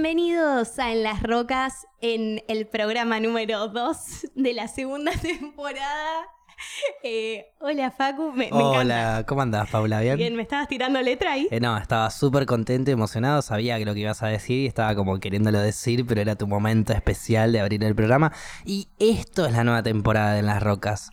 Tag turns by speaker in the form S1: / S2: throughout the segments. S1: Bienvenidos a En las Rocas en el programa número 2 de la segunda temporada. Eh, hola Facu, me, me encanta.
S2: Hola, ¿cómo andás, Paula? ¿Bien?
S1: Bien, me estabas tirando letra ahí.
S2: Eh, no, estaba súper contento, emocionado, sabía que lo que ibas a decir y estaba como queriéndolo decir, pero era tu momento especial de abrir el programa. Y esto es la nueva temporada de En las Rocas.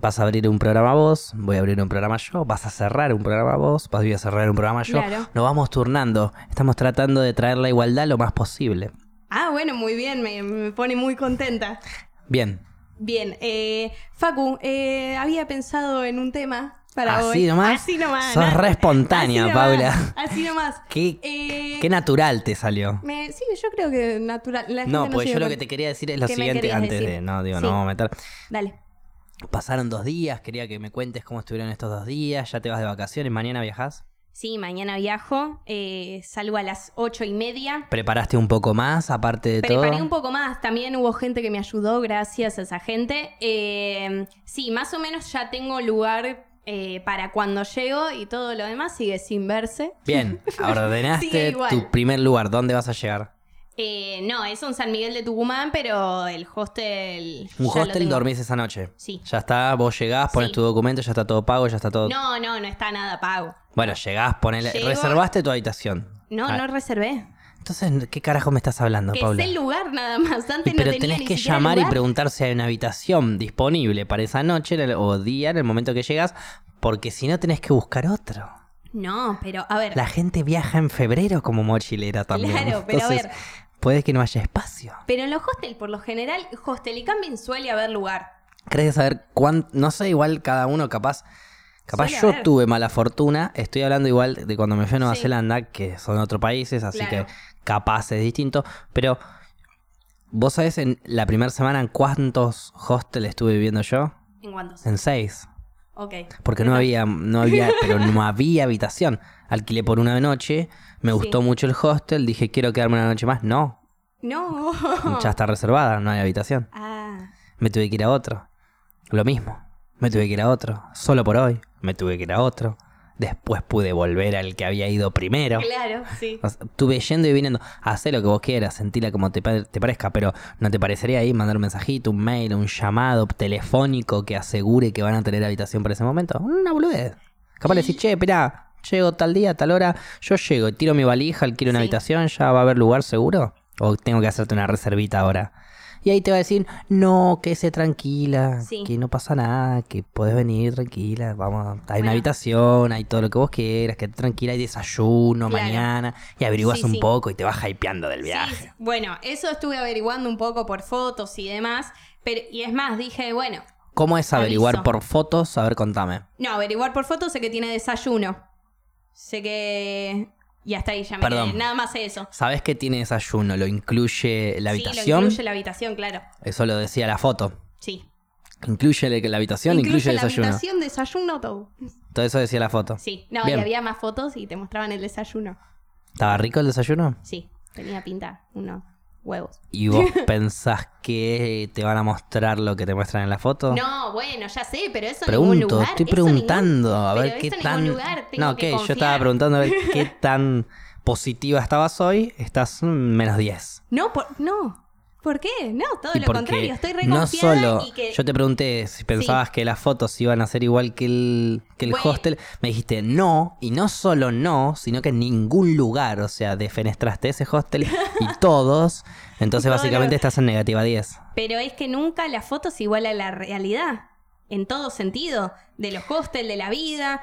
S2: Vas a abrir un programa vos, voy a abrir un programa yo, vas a cerrar un programa vos, vas voy a cerrar un programa yo.
S1: Claro.
S2: Nos vamos turnando, estamos tratando de traer la igualdad lo más posible.
S1: Ah, bueno, muy bien, me, me pone muy contenta.
S2: Bien.
S1: Bien, eh, Facu, eh, había pensado en un tema para
S2: Así
S1: hoy.
S2: nomás.
S1: Así nomás.
S2: Sos
S1: ¿no?
S2: re espontánea,
S1: Así nomás,
S2: Paula.
S1: Así nomás.
S2: Qué,
S1: Eh,
S2: qué natural te salió.
S1: me- sí, yo creo que natural. la gente
S2: No,
S1: se
S2: pues
S1: dio
S2: yo lo que
S1: cuenta.
S2: te quería decir es lo
S1: ¿Qué me
S2: siguiente
S1: querías
S2: antes
S1: decir?
S2: de. No, digo,
S1: Sí.
S2: no vamos a meter.
S1: Dale.
S2: Pasaron dos días, quería que me cuentes cómo estuvieron estos dos días, ya te vas de vacaciones, mañana viajás.
S1: Sí, mañana viajo, eh, salgo a las ocho y media.
S2: ¿Preparaste un poco más, aparte de
S1: Preparé
S2: todo?
S1: un poco más, también hubo gente que me ayudó, gracias a esa gente. Eh, sí, más o menos ya tengo lugar eh, para cuando llego y todo lo demás sigue sin verse.
S2: Bien,
S1: Sigue
S2: ordenaste
S1: igual.
S2: tu primer lugar, ¿dónde vas a llegar?
S1: Eh, no, es un San Miguel de Tucumán, pero el hostel...
S2: Un
S1: ya lo
S2: hostel
S1: tengo.
S2: dormís esa noche.
S1: Sí.
S2: Ya está, vos llegás, pones
S1: Sí.
S2: tu documento, ya está todo pago, ya está todo.
S1: No, no, no está nada pago.
S2: Bueno, llegás, ponele.
S1: Llego-
S2: Reservaste tu habitación.
S1: No,
S2: Ah,
S1: no reservé.
S2: Entonces, ¿qué carajo me estás hablando,
S1: que
S2: Paula?
S1: es el lugar nada más. Antes
S2: Y pero
S1: no tenía
S2: tenés
S1: ni
S2: que
S1: siquiera
S2: llamar y
S1: lugar.
S2: preguntar si hay una habitación disponible para esa noche en el- o día en el momento que llegas, porque si no tenés que buscar otro.
S1: No, pero a ver.
S2: La gente viaja en febrero como mochilera también.
S1: Claro, pero a
S2: Entonces,
S1: ver.
S2: puede que no haya espacio.
S1: Pero en los hostels, por lo general, hostel y camping suele haber lugar.
S2: ¿Crees saber cuánto? No sé, igual cada uno capaz. Capaz
S1: Suele
S2: yo
S1: haber.
S2: tuve mala fortuna. Estoy hablando igual de cuando me fui a Nueva
S1: Sí.
S2: Zelanda, que son otros países, así
S1: Claro.
S2: que capaz es distinto. Pero, ¿vos sabés en la primera semana en cuántos hostels estuve viviendo yo?
S1: ¿En cuántos?
S2: En seis.
S1: Ok.
S2: Porque no había, no había, pero no había habitación. Alquilé por una noche, me
S1: Sí.
S2: gustó mucho el hostel, dije quiero quedarme una noche más. No,
S1: No.
S2: ya está reservada, no hay habitación.
S1: Ah,
S2: Me tuve que ir a otro. Lo mismo, me tuve que ir a otro. Solo por hoy, me tuve que ir a otro. Después pude volver al que había ido primero.
S1: claro, sí.
S2: O sea, Estuve yendo y viniendo. Hacé lo que vos quieras, sentila como te, pa- te parezca, pero ¿no te parecería ahí mandar un mensajito, un mail, un llamado telefónico que asegure que van a tener habitación para ese momento? Una boludez. Capaz le decís, che, esperá, llego tal día, tal hora, yo llego, tiro mi valija, alquilo una
S1: Sí.
S2: habitación, ya va a haber lugar seguro. O tengo que hacerte una reservita ahora. Y ahí te va a decir, no, que se tranquila,
S1: Sí.
S2: que no pasa nada, que podés venir tranquila, vamos, hay
S1: Bueno.
S2: una habitación, hay todo lo que vos quieras, que tranquila, hay desayuno
S1: Claro.
S2: mañana, y averiguas
S1: Sí,
S2: un
S1: sí.
S2: poco y te vas hypeando del
S1: Sí,
S2: viaje.
S1: bueno, eso estuve averiguando un poco por fotos y demás. Pero, y es más, dije, bueno,
S2: ¿Cómo es averiguar
S1: Aviso.
S2: por fotos? A ver, contame.
S1: no, averiguar por fotos sé que tiene desayuno. Sé que. Y hasta ahí ya me
S2: Perdón.
S1: quedé. Nada más eso.
S2: ¿Sabés que tiene desayuno? ¿Lo incluye la
S1: Sí, lo
S2: habitación?
S1: incluye la habitación, claro.
S2: Eso lo decía la foto.
S1: Sí.
S2: Incluye la- la habitación, incluye, el
S1: la
S2: desayuno.
S1: habitación, desayuno, todo.
S2: Todo eso decía la foto.
S1: Sí. No,
S2: Bien.
S1: y había más fotos y te mostraban el desayuno.
S2: ¿Estaba rico el desayuno?
S1: Sí. Tenía pinta, unos huevos.
S2: ¿Y vos pensás que te van a mostrar lo que te muestran en la foto?
S1: No, bueno, ya sé, pero eso en ningún
S2: Pregunto,
S1: lugar.
S2: estoy
S1: eso en ningún-
S2: preguntando a
S1: pero
S2: ver
S1: eso
S2: qué
S1: en ningún
S2: tan.
S1: lugar, tengo
S2: no,
S1: que
S2: ok, yo
S1: confiar.
S2: estaba preguntando a ver qué tan positiva estabas hoy. Estás mm, menos 10.
S1: No, por- no. ¿Por qué? No, todo
S2: Y
S1: lo
S2: porque
S1: contrario. Estoy
S2: no
S1: reconfiada
S2: solo
S1: y que...
S2: yo te pregunté si pensabas que las fotos iban a ser igual que el, que el
S1: Bueno.
S2: hostel, me dijiste no, y no solo no, sino que en ningún lugar, o sea, defenestraste ese hostel y todos, entonces
S1: Todos
S2: básicamente
S1: los-
S2: estás en negativa 10.
S1: Pero es que nunca la foto es igual a la realidad. En todo sentido. De los hostels, de la vida.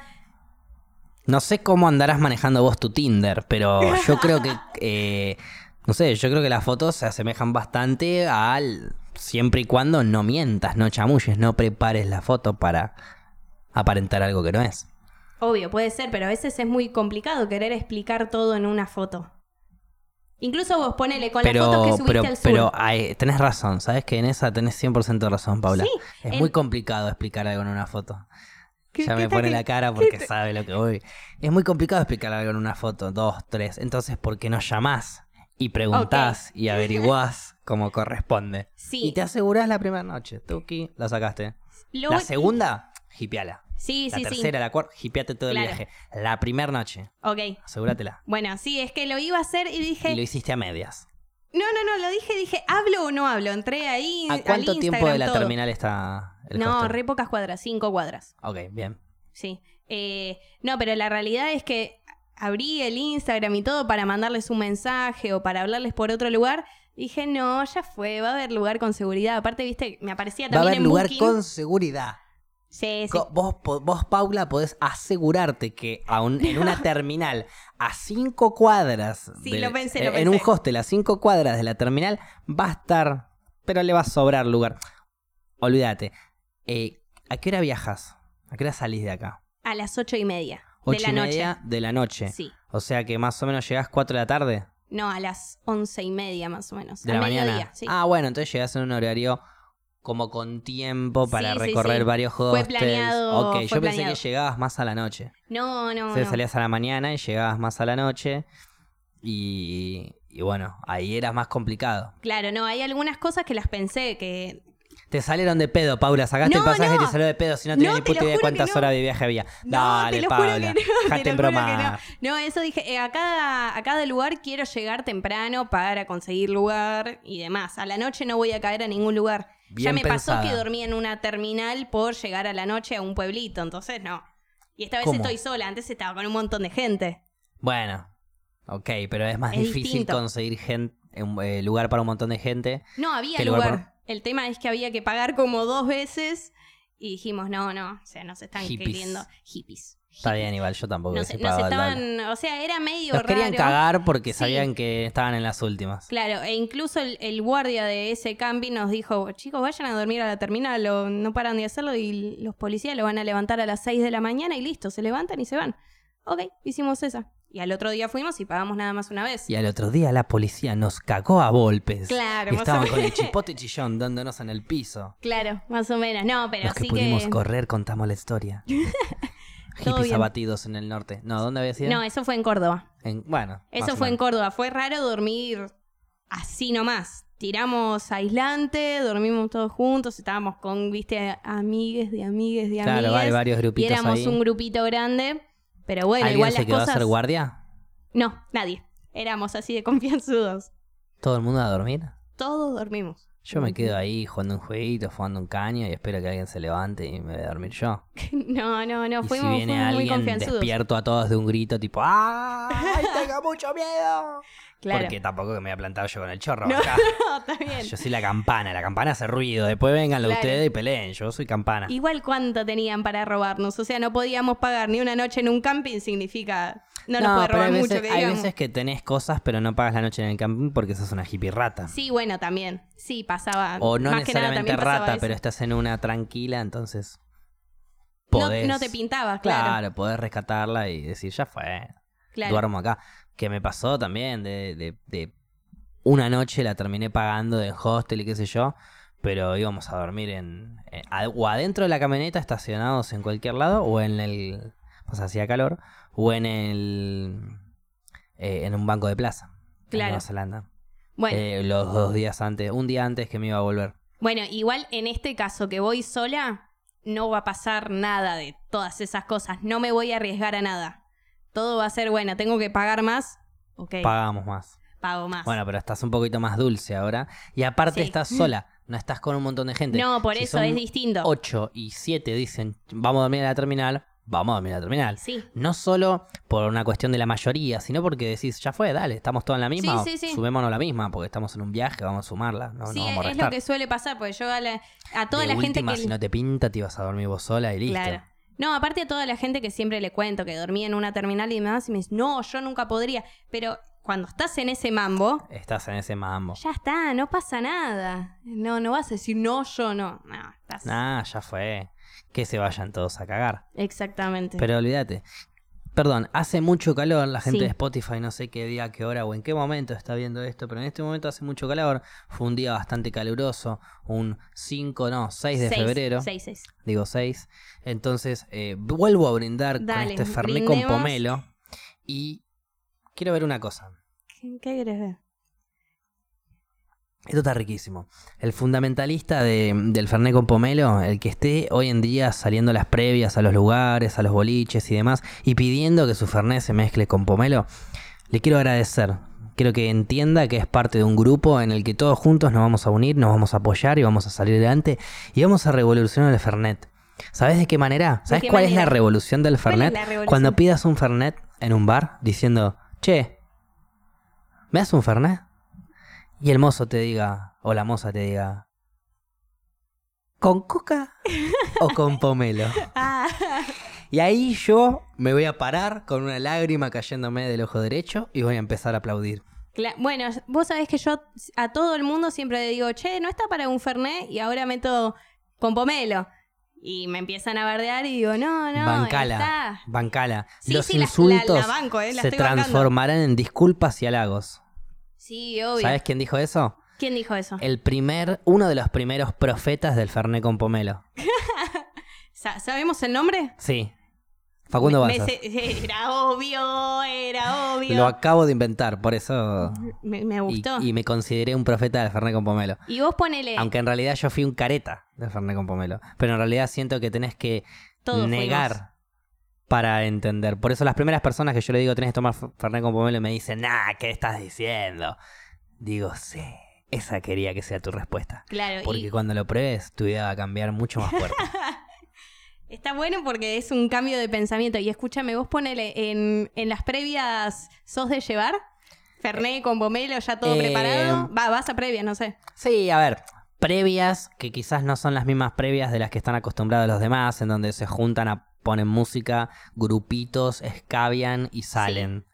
S2: No sé cómo andarás manejando vos tu Tinder, pero yo creo que. eh, no sé, yo creo que las fotos se asemejan bastante al. Siempre y cuando no mientas, no chamulles, no prepares la foto para aparentar algo que no es.
S1: Obvio, puede ser, pero a veces es muy complicado querer explicar todo en una foto. Incluso vos ponele con las fotos que
S2: Pero,
S1: subiste
S2: pero,
S1: al sur.
S2: pero ay, tenés razón, ¿sabes que en esa tenés 100% de razón, Paula?
S1: Sí,
S2: es
S1: en-
S2: muy complicado explicar algo en una foto.
S1: ¿Qué-
S2: Ya
S1: qué
S2: me
S1: te-
S2: pone la cara porque
S1: qué te-
S2: sabe lo que voy. Es muy complicado explicar algo en una foto, dos, tres. Entonces, ¿por qué no llamás y preguntás y averiguás como corresponde?
S1: Sí.
S2: Y te asegurás la primera noche. Tuki, la sacaste.
S1: Lo-
S2: La segunda, hipiala.
S1: Sí,
S2: la
S1: sí,
S2: tercera, la cuarta, hipeate todo
S1: Claro.
S2: el viaje. La primera noche,
S1: sí. Ok.
S2: asegúratela.
S1: Bueno, sí, es que lo iba a hacer y dije.
S2: Y lo hiciste a medias.
S1: No, no, no, lo dije, dije, ¿hablo o no hablo? Entré ahí.
S2: ¿A
S1: al
S2: cuánto tiempo de
S1: Instagram,
S2: la
S1: todo.
S2: terminal está el
S1: No,
S2: hostel?
S1: re pocas cuadras, cinco cuadras.
S2: Ok, bien.
S1: Sí. Eh, no, pero la realidad es que abrí el Instagram y todo para mandarles un mensaje o para hablarles por otro lugar. Dije, no, ya fue, va a haber lugar con seguridad. Aparte, viste, me aparecía
S2: Va a
S1: también
S2: haber
S1: en
S2: lugar
S1: Booking.
S2: con seguridad.
S1: Sí, sí.
S2: Co- Vos, po- vos, Paula, podés asegurarte que a un- en una terminal a cinco cuadras.
S1: Sí, lo pensé, lo
S2: eh, En un
S1: pensé.
S2: hostel a cinco cuadras de la terminal va a estar, pero le va a sobrar lugar. Olvídate. Eh, ¿A qué hora viajas? ¿A qué hora salís de acá?
S1: A las ocho y media
S2: Ocho
S1: de la
S2: y
S1: noche.
S2: media de la noche.
S1: Sí.
S2: O sea que más o menos llegás cuatro de la tarde
S1: No, a las once y media más o menos.
S2: de
S1: al
S2: la mañana.
S1: mediodía, sí.
S2: Ah, bueno, entonces llegás en un horario como con tiempo para
S1: Sí, sí,
S2: recorrer
S1: sí.
S2: varios
S1: Fue
S2: hostels.
S1: planeado,
S2: ok,
S1: fue
S2: yo pensé
S1: planeado.
S2: que llegabas más a la noche.
S1: No, no,
S2: Entonces
S1: no.
S2: salías a la mañana y llegabas más a la noche. Y, y bueno, ahí era más complicado.
S1: Claro, no, hay algunas cosas que las pensé que
S2: Te salieron de pedo, Paula. Sacaste
S1: No,
S2: el
S1: no.
S2: pasaje y te salió de pedo. Si no
S1: No,
S2: tenías
S1: te
S2: ni puta
S1: lo
S2: idea
S1: juro
S2: cuántas
S1: que no.
S2: horas de viaje había.
S1: No,
S2: Dale,
S1: te lo juro
S2: Paula.
S1: que no,
S2: dejate
S1: te
S2: en
S1: lo juro
S2: broma.
S1: que no. No, eso dije, eh, a, cada, a cada lugar quiero llegar temprano para conseguir lugar y demás. A la noche no voy a caer a ningún lugar. ya
S2: Bien
S1: me
S2: pensada.
S1: pasó que dormí en una terminal por llegar a la noche a un pueblito, entonces no. Y esta vez
S2: ¿Cómo?
S1: estoy sola, antes estaba con un montón de gente.
S2: Bueno, ok, pero es más
S1: Es
S2: difícil
S1: distinto.
S2: conseguir gen- un, eh, lugar para un montón de gente.
S1: No había
S2: ¿Qué
S1: lugar.
S2: lugar
S1: El tema es que había que pagar como dos veces y dijimos, no, no, o sea, nos están
S2: Hippies.
S1: queriendo hippies.
S2: Está bien, igual yo tampoco.
S1: Nos, nos
S2: hubiese pagado el dólar.
S1: estaban, o sea, era medio
S2: Los querían
S1: raro.
S2: cagar porque
S1: Sí.
S2: sabían que estaban en las últimas.
S1: Claro, e incluso el, el guardia de ese camping nos dijo, chicos, vayan a dormir a la terminal, o no paran de hacerlo y los policías lo van a levantar a las 6 de la mañana y listo, se levantan y se van. Ok, hicimos esa. Y al otro día fuimos y pagamos nada más una vez.
S2: Y al otro día la policía nos cagó a golpes.
S1: Claro,
S2: Y
S1: más o
S2: estaban con el
S1: menos.
S2: chipote y chillón dándonos en el piso.
S1: Claro, más o menos. No, pero
S2: Los que
S1: sí
S2: pudimos
S1: que...
S2: correr contamos la historia.
S1: Todo
S2: Hippies
S1: bien.
S2: abatidos en el norte. No, ¿dónde había sido?
S1: No, eso fue en Córdoba.
S2: En- bueno. más
S1: Eso
S2: o
S1: fue en
S2: menos.
S1: Córdoba. Fue raro dormir así nomás. Tiramos aislante, dormimos todos juntos, estábamos con, viste, amigues de amigues de amigues.
S2: Claro, hay varios
S1: Y
S2: grupitos
S1: éramos
S2: ahí.
S1: un grupito grande, pero bueno,
S2: ¿Alguien
S1: igual
S2: se
S1: las
S2: quedó a
S1: cosas.
S2: hacer guardia?
S1: no, nadie. Éramos así de confianzudos.
S2: ¿Todo el mundo a dormir?
S1: Todos dormimos.
S2: Yo me quedo ahí jugando un jueguito, jugando un caño y espero que alguien se levante y me voy a dormir yo.
S1: No, no, no,
S2: y
S1: fuimos,
S2: si viene
S1: fuimos muy
S2: alguien,
S1: confianzudos.
S2: despierto a todos de un grito tipo ¡Ah! ¡Ay, tengo mucho miedo!
S1: Claro.
S2: Porque tampoco que me voy a plantar yo con el chorro
S1: No.
S2: acá.
S1: No, está bien.
S2: Yo soy la campana, la campana hace ruido. Después vengan
S1: Claro.
S2: ustedes y peleen, yo soy campana.
S1: Igual cuánto tenían para robarnos. O sea, no podíamos pagar ni una noche en un camping, significa. No, nos puede
S2: pero
S1: robar
S2: hay
S1: mucho
S2: veces,
S1: que
S2: hay
S1: digamos.
S2: veces que tenés cosas, pero no pagas la noche en el camping porque sos una hippie rata.
S1: Sí, bueno, también. Sí, pasaba.
S2: o no
S1: Más que
S2: necesariamente
S1: nada, también pasaba
S2: rata,
S1: eso.
S2: pero estás en una tranquila, entonces.
S1: No-
S2: Podés,
S1: No, te pintabas,
S2: Claro,
S1: claro.
S2: podés rescatarla y decir, ya fue,
S1: Claro.
S2: duermo acá. Que me pasó también de, de- de una noche la terminé pagando de hostel y qué sé yo, pero íbamos a dormir en, en- ad- o adentro de la camioneta estacionados en cualquier lado o en el pues hacía calor o en el eh, en un banco de plaza. en
S1: Claro.
S2: Nueva Zelanda.
S1: Bueno,
S2: Eh, los dos días antes, un día antes que me iba a volver.
S1: Bueno, igual en este caso que voy sola, no va a pasar nada de todas esas cosas. No me voy a arriesgar a nada. Todo va a ser, bueno, tengo que pagar más. Ok,
S2: Pagamos más.
S1: pago más.
S2: Bueno, pero estás un poquito más dulce ahora. Y aparte
S1: Sí.
S2: estás sola, no estás con un montón de gente.
S1: no, por
S2: Si
S1: eso
S2: son
S1: es distinto.
S2: 8 y 7 dicen, vamos a dormir a la terminal, vamos a dormir a la terminal.
S1: Sí.
S2: No solo por una cuestión de la mayoría, sino porque decís, ya fue, dale, estamos todos en la misma,
S1: Sí, sí, sí.
S2: subémonos a la misma, porque estamos en un viaje, vamos a sumarla, no, no
S1: sí,
S2: vamos a
S1: es
S2: restar.
S1: lo que suele pasar, porque yo a, la- a toda
S2: De
S1: la gente
S2: última,
S1: que...
S2: si no te pinta, te ibas a dormir vos sola y listo.
S1: Claro. No, aparte a toda la gente que siempre le cuento que dormía en una terminal y demás, y me dice, no, yo nunca podría. Pero cuando estás en ese mambo,
S2: Estás en ese mambo.
S1: ya está, no pasa nada. No, no vas a decir, no, yo no. No, estás...
S2: Nah, ya fue. Que se vayan todos a cagar.
S1: Exactamente.
S2: Pero olvídate. Perdón, hace mucho calor, la gente
S1: Sí.
S2: de Spotify no sé qué día, qué hora o en qué momento está viendo esto, pero en este momento hace mucho calor, fue un día bastante caluroso, un 5, no, 6 de
S1: Seis,
S2: febrero,
S1: seis, seis.
S2: digo 6. Entonces, eh, vuelvo a brindar
S1: Dale,
S2: con este Fernet con
S1: brindemos.
S2: pomelo y quiero ver una cosa.
S1: ¿Qué, qué querés ver?
S2: Esto está riquísimo. El fundamentalista de- del Fernet con Pomelo, el que esté hoy en día saliendo a las previas, a los lugares, a los boliches y demás, y pidiendo que su Fernet se mezcle con Pomelo, le quiero agradecer. Quiero que entienda que es parte de un grupo en el que todos juntos nos vamos a unir, nos vamos a apoyar y vamos a salir adelante y vamos a revolucionar el Fernet. ¿Sabes de qué manera? ¿Sabes
S1: qué
S2: cuál es la
S1: manera?
S2: revolución
S1: ¿Cuál
S2: del
S1: es la
S2: Fernet?
S1: revolución?
S2: Cuando pidas un Fernet en un bar diciendo, che, ¿me das un Fernet? Y el mozo te diga, o la moza te diga, ¿con coca o con pomelo?
S1: Ah,
S2: Y ahí yo me voy a parar con una lágrima cayéndome del ojo derecho y voy a empezar a aplaudir.
S1: cla- bueno, vos sabés que yo a todo el mundo siempre le digo, che, no está para un Fernet y ahora meto con pomelo. Y me empiezan a bardear y digo, no, no,
S2: bancala,
S1: está.
S2: bancala.
S1: Sí,
S2: Los
S1: sí, la- la-
S2: insultos
S1: la banco, eh, la
S2: se
S1: estoy bancando.
S2: transformarán en disculpas y halagos.
S1: Sí, obvio.
S2: ¿Sabes quién dijo eso?
S1: ¿Quién dijo eso?
S2: El primer, uno de los primeros profetas del Fernet con pomelo.
S1: Sa- ¿Sabemos el nombre?
S2: Sí. Facundo
S1: Me- me
S2: Bazas.
S1: se- Era obvio, era obvio.
S2: Lo acabo de inventar, por eso.
S1: Me, me
S2: Y,
S1: gustó. Eh.
S2: y
S1: Y,
S2: me consideré un profeta del Fernet con pomelo.
S1: vos ponele
S2: Aunque en realidad yo fui un careta del Fernet con pomelo. Pero en realidad siento que tenés que
S1: Todos
S2: negar
S1: fuimos.
S2: para entender. Por eso las primeras personas que yo le digo tenés que tomar f- Fernet con pomelo me dicen, nah, ¿qué estás diciendo? Digo, sí, esa quería que sea tu respuesta.
S1: Claro, y-
S2: Porque cuando lo pruebes, tu vida va a cambiar mucho más fuerte.
S1: Está bueno porque es un cambio de pensamiento. Y escúchame, vos ponele en, en las previas, ¿sos de llevar? Ferné con pomelo, ya todo
S2: Eh,
S1: preparado. Va, vas a previas, no sé.
S2: Sí, a ver, previas que quizás no son las mismas previas de las que están acostumbrados los demás, en donde se juntan a ponen música, grupitos, escabian y salen.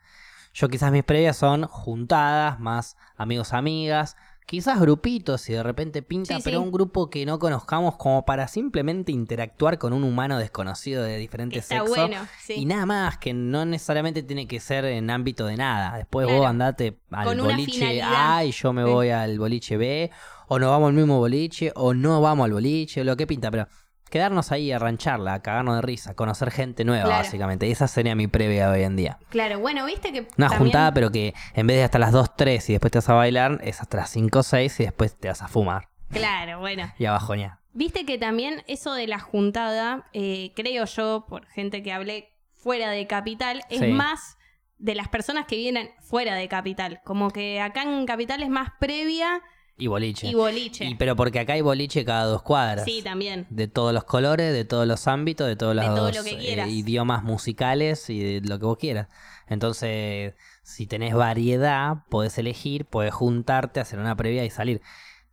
S2: Yo quizás mis previas son juntadas, más amigos, amigas, quizás grupitos y de repente pinta,
S1: Sí,
S2: pero
S1: sí.
S2: un grupo que no conozcamos como para simplemente interactuar con un humano desconocido de diferente
S1: Está
S2: sexo.
S1: bueno, sí.
S2: Y nada más, que no necesariamente tiene que ser en ámbito de nada. Después vos
S1: Claro.
S2: andate al
S1: Con una
S2: boliche
S1: finalidad.
S2: A y yo me
S1: Sí.
S2: voy al boliche B, o nos vamos al mismo boliche, o no vamos al boliche, lo que pinta, pero quedarnos ahí a rancharla, a cagarnos de risa, conocer gente nueva,
S1: Claro.
S2: básicamente. Esa sería mi previa de hoy en día.
S1: Claro, bueno, viste que.
S2: Una
S1: también-
S2: juntada, pero que en vez de hasta las 2, 3 y después te vas a bailar, es hasta las 5, 6 y después te vas a fumar
S1: Claro, bueno.
S2: y a bajonear.
S1: Viste que también eso de la juntada, eh, creo yo, por gente que hablé fuera de Capital, es
S2: Sí.
S1: más de las personas que vienen fuera de Capital. Como que acá en Capital es más previa
S2: Y boliche.
S1: y boliche.
S2: Y- pero porque acá hay boliche cada dos cuadras.
S1: sí, también.
S2: De todos los colores, de todos los ámbitos, de todos
S1: De
S2: los
S1: todo lo que
S2: eh,
S1: quieras.
S2: idiomas musicales y de lo que vos quieras. Entonces, si tenés variedad, podés elegir, podés juntarte, hacer una previa y salir.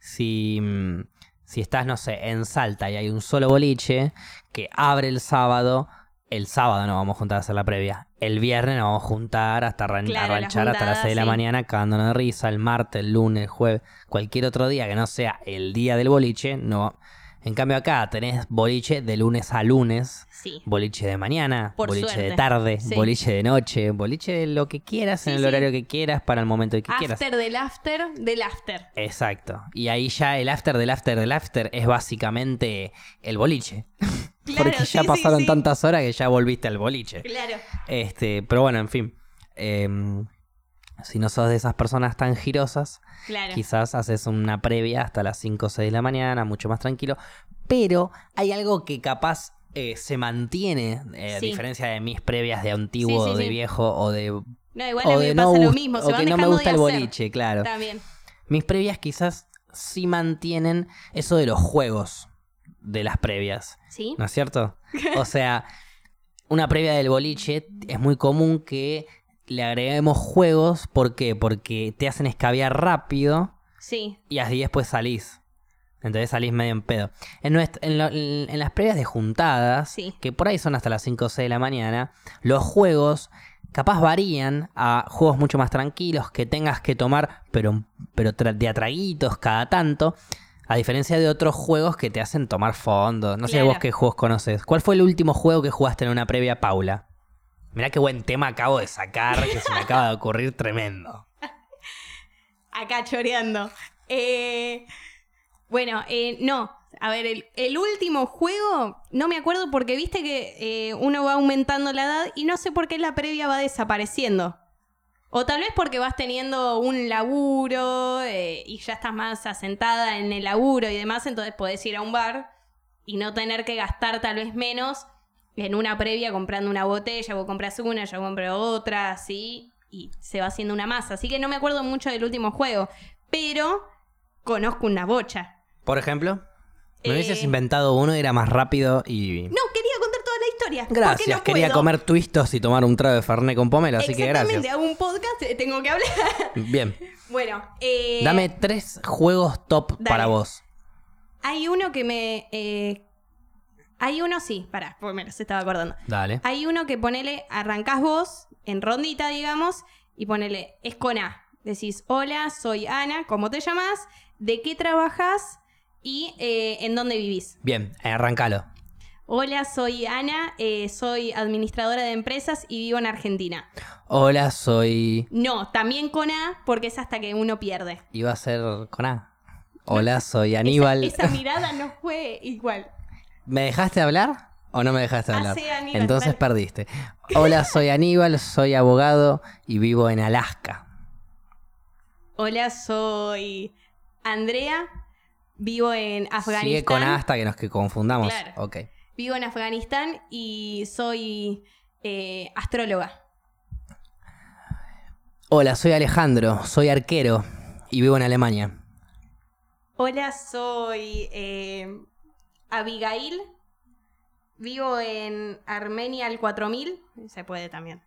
S2: Si, mm, si estás, no sé, en Salta y hay un solo boliche que abre el sábado, el sábado nos vamos a juntar a hacer la previa. El viernes nos vamos a juntar hasta arran-
S1: Claro, la
S2: arranchar hasta las
S1: juntada,
S2: 6 de la
S1: sí.
S2: mañana cagándonos de risa. El martes, el lunes, el jueves, cualquier otro día que no sea el día del boliche, no. En cambio acá tenés boliche de lunes a lunes,
S1: Sí.
S2: boliche de mañana,
S1: Por
S2: boliche de
S1: suerte.
S2: tarde,
S1: Sí.
S2: boliche de noche, boliche de lo que quieras,
S1: Sí,
S2: en el
S1: sí.
S2: horario que quieras, para el momento que quieras.
S1: After del after del after.
S2: Exacto. Y ahí ya el after del after del after es básicamente el boliche.
S1: Claro,
S2: Porque ya
S1: sí, sí,
S2: pasaron
S1: sí.
S2: tantas horas que ya volviste al boliche.
S1: Claro.
S2: Este, pero bueno, en fin. Em, si no sos de esas personas tan girosas,
S1: Claro.
S2: Quizás haces una previa hasta las 5 o 6 de la mañana, mucho más tranquilo. Pero hay algo que capaz eh, se mantiene, eh, a
S1: Sí.
S2: diferencia de mis previas de antiguo,
S1: Sí, sí,
S2: de
S1: sí.
S2: viejo o de,
S1: No, igual
S2: o
S1: a mí
S2: de
S1: me pasa lo
S2: gust-
S1: mismo.
S2: o
S1: Se van
S2: que no me
S1: dejando
S2: gusta
S1: de
S2: el
S1: hacer.
S2: boliche, claro.
S1: También.
S2: Mis previas quizás sí mantienen eso de los juegos de las previas.
S1: ¿Sí?
S2: ¿No es cierto? O sea, una previa del boliche es muy común que le agreguemos juegos. ¿Por qué? Porque te hacen escabiar rápido
S1: Sí.
S2: y así después salís. Entonces salís medio en pedo. En, nuestra- en lo- en las previas de juntadas,
S1: Sí.
S2: que por ahí son hasta las 5 o 6 de la mañana, los juegos capaz varían a juegos mucho más tranquilos que tengas que tomar, pero, pero tra- de atraguitos cada tanto. A diferencia de otros juegos que te hacen tomar fondo. No sé
S1: Claro.
S2: vos qué juegos conoces. ¿Cuál fue el último juego que jugaste en una previa, Paula? Mirá qué buen tema acabo de sacar, que se me acaba de ocurrir tremendo.
S1: Acá choreando. Eh, bueno, eh, no. A ver, el, el último juego, no me acuerdo porque viste que eh, uno va aumentando la edad y no sé por qué la previa va desapareciendo. O tal vez porque vas teniendo un laburo eh, y ya estás más asentada en el laburo y demás, entonces podés ir a un bar y no tener que gastar tal vez menos en una previa comprando una botella, vos compras una, yo compro otra, así, y se va haciendo una masa. Así que no me acuerdo mucho del último juego, pero conozco una bocha.
S2: Por ejemplo,
S1: Eh.
S2: me hubieses inventado uno y era más rápido y...
S1: No, quería contar toda la historia. ¿Por qué
S2: gracias,
S1: no
S2: quería
S1: puedo?
S2: comer twistos y tomar un trago de Fernet con pomelo, así que
S1: Exactamente,
S2: gracias.
S1: hago un podcast, eh, tengo que hablar.
S2: Bien,
S1: bueno, eh,
S2: dame tres juegos top
S1: dale.
S2: para vos.
S1: hay uno que me... eh, hay uno, sí, pará, porque me los estaba acordando.
S2: Dale.
S1: Hay uno que ponele, arrancás vos, en rondita, digamos, y ponele, es con A. Decís, hola, soy Ana, ¿cómo te llamas? ¿De qué trabajas? ¿Y eh, en dónde vivís?
S2: Bien, eh, arrancalo.
S1: Hola, soy Ana, eh, soy administradora de empresas y vivo en Argentina.
S2: Hola, soy...
S1: No, también con A, porque es hasta que uno pierde.
S2: Iba a ser con A. Hola, soy Aníbal.
S1: Esa mirada no fue igual.
S2: ¿Me dejaste hablar o no me dejaste
S1: Ah,
S2: hablar?
S1: sí, Aníbal,
S2: Entonces
S1: dale.
S2: perdiste. Hola, soy Aníbal, soy abogado y vivo en Alaska.
S1: Hola, soy Andrea, vivo en Afganistán.
S2: Sigue con A hasta que nos que confundamos.
S1: Claro.
S2: Ok.
S1: Vivo en Afganistán y soy eh, astróloga.
S2: Hola, soy Alejandro, soy arquero y vivo en Alemania.
S1: Hola, soy eh, Abigail. Vivo en Armenia al 4000. Se puede también.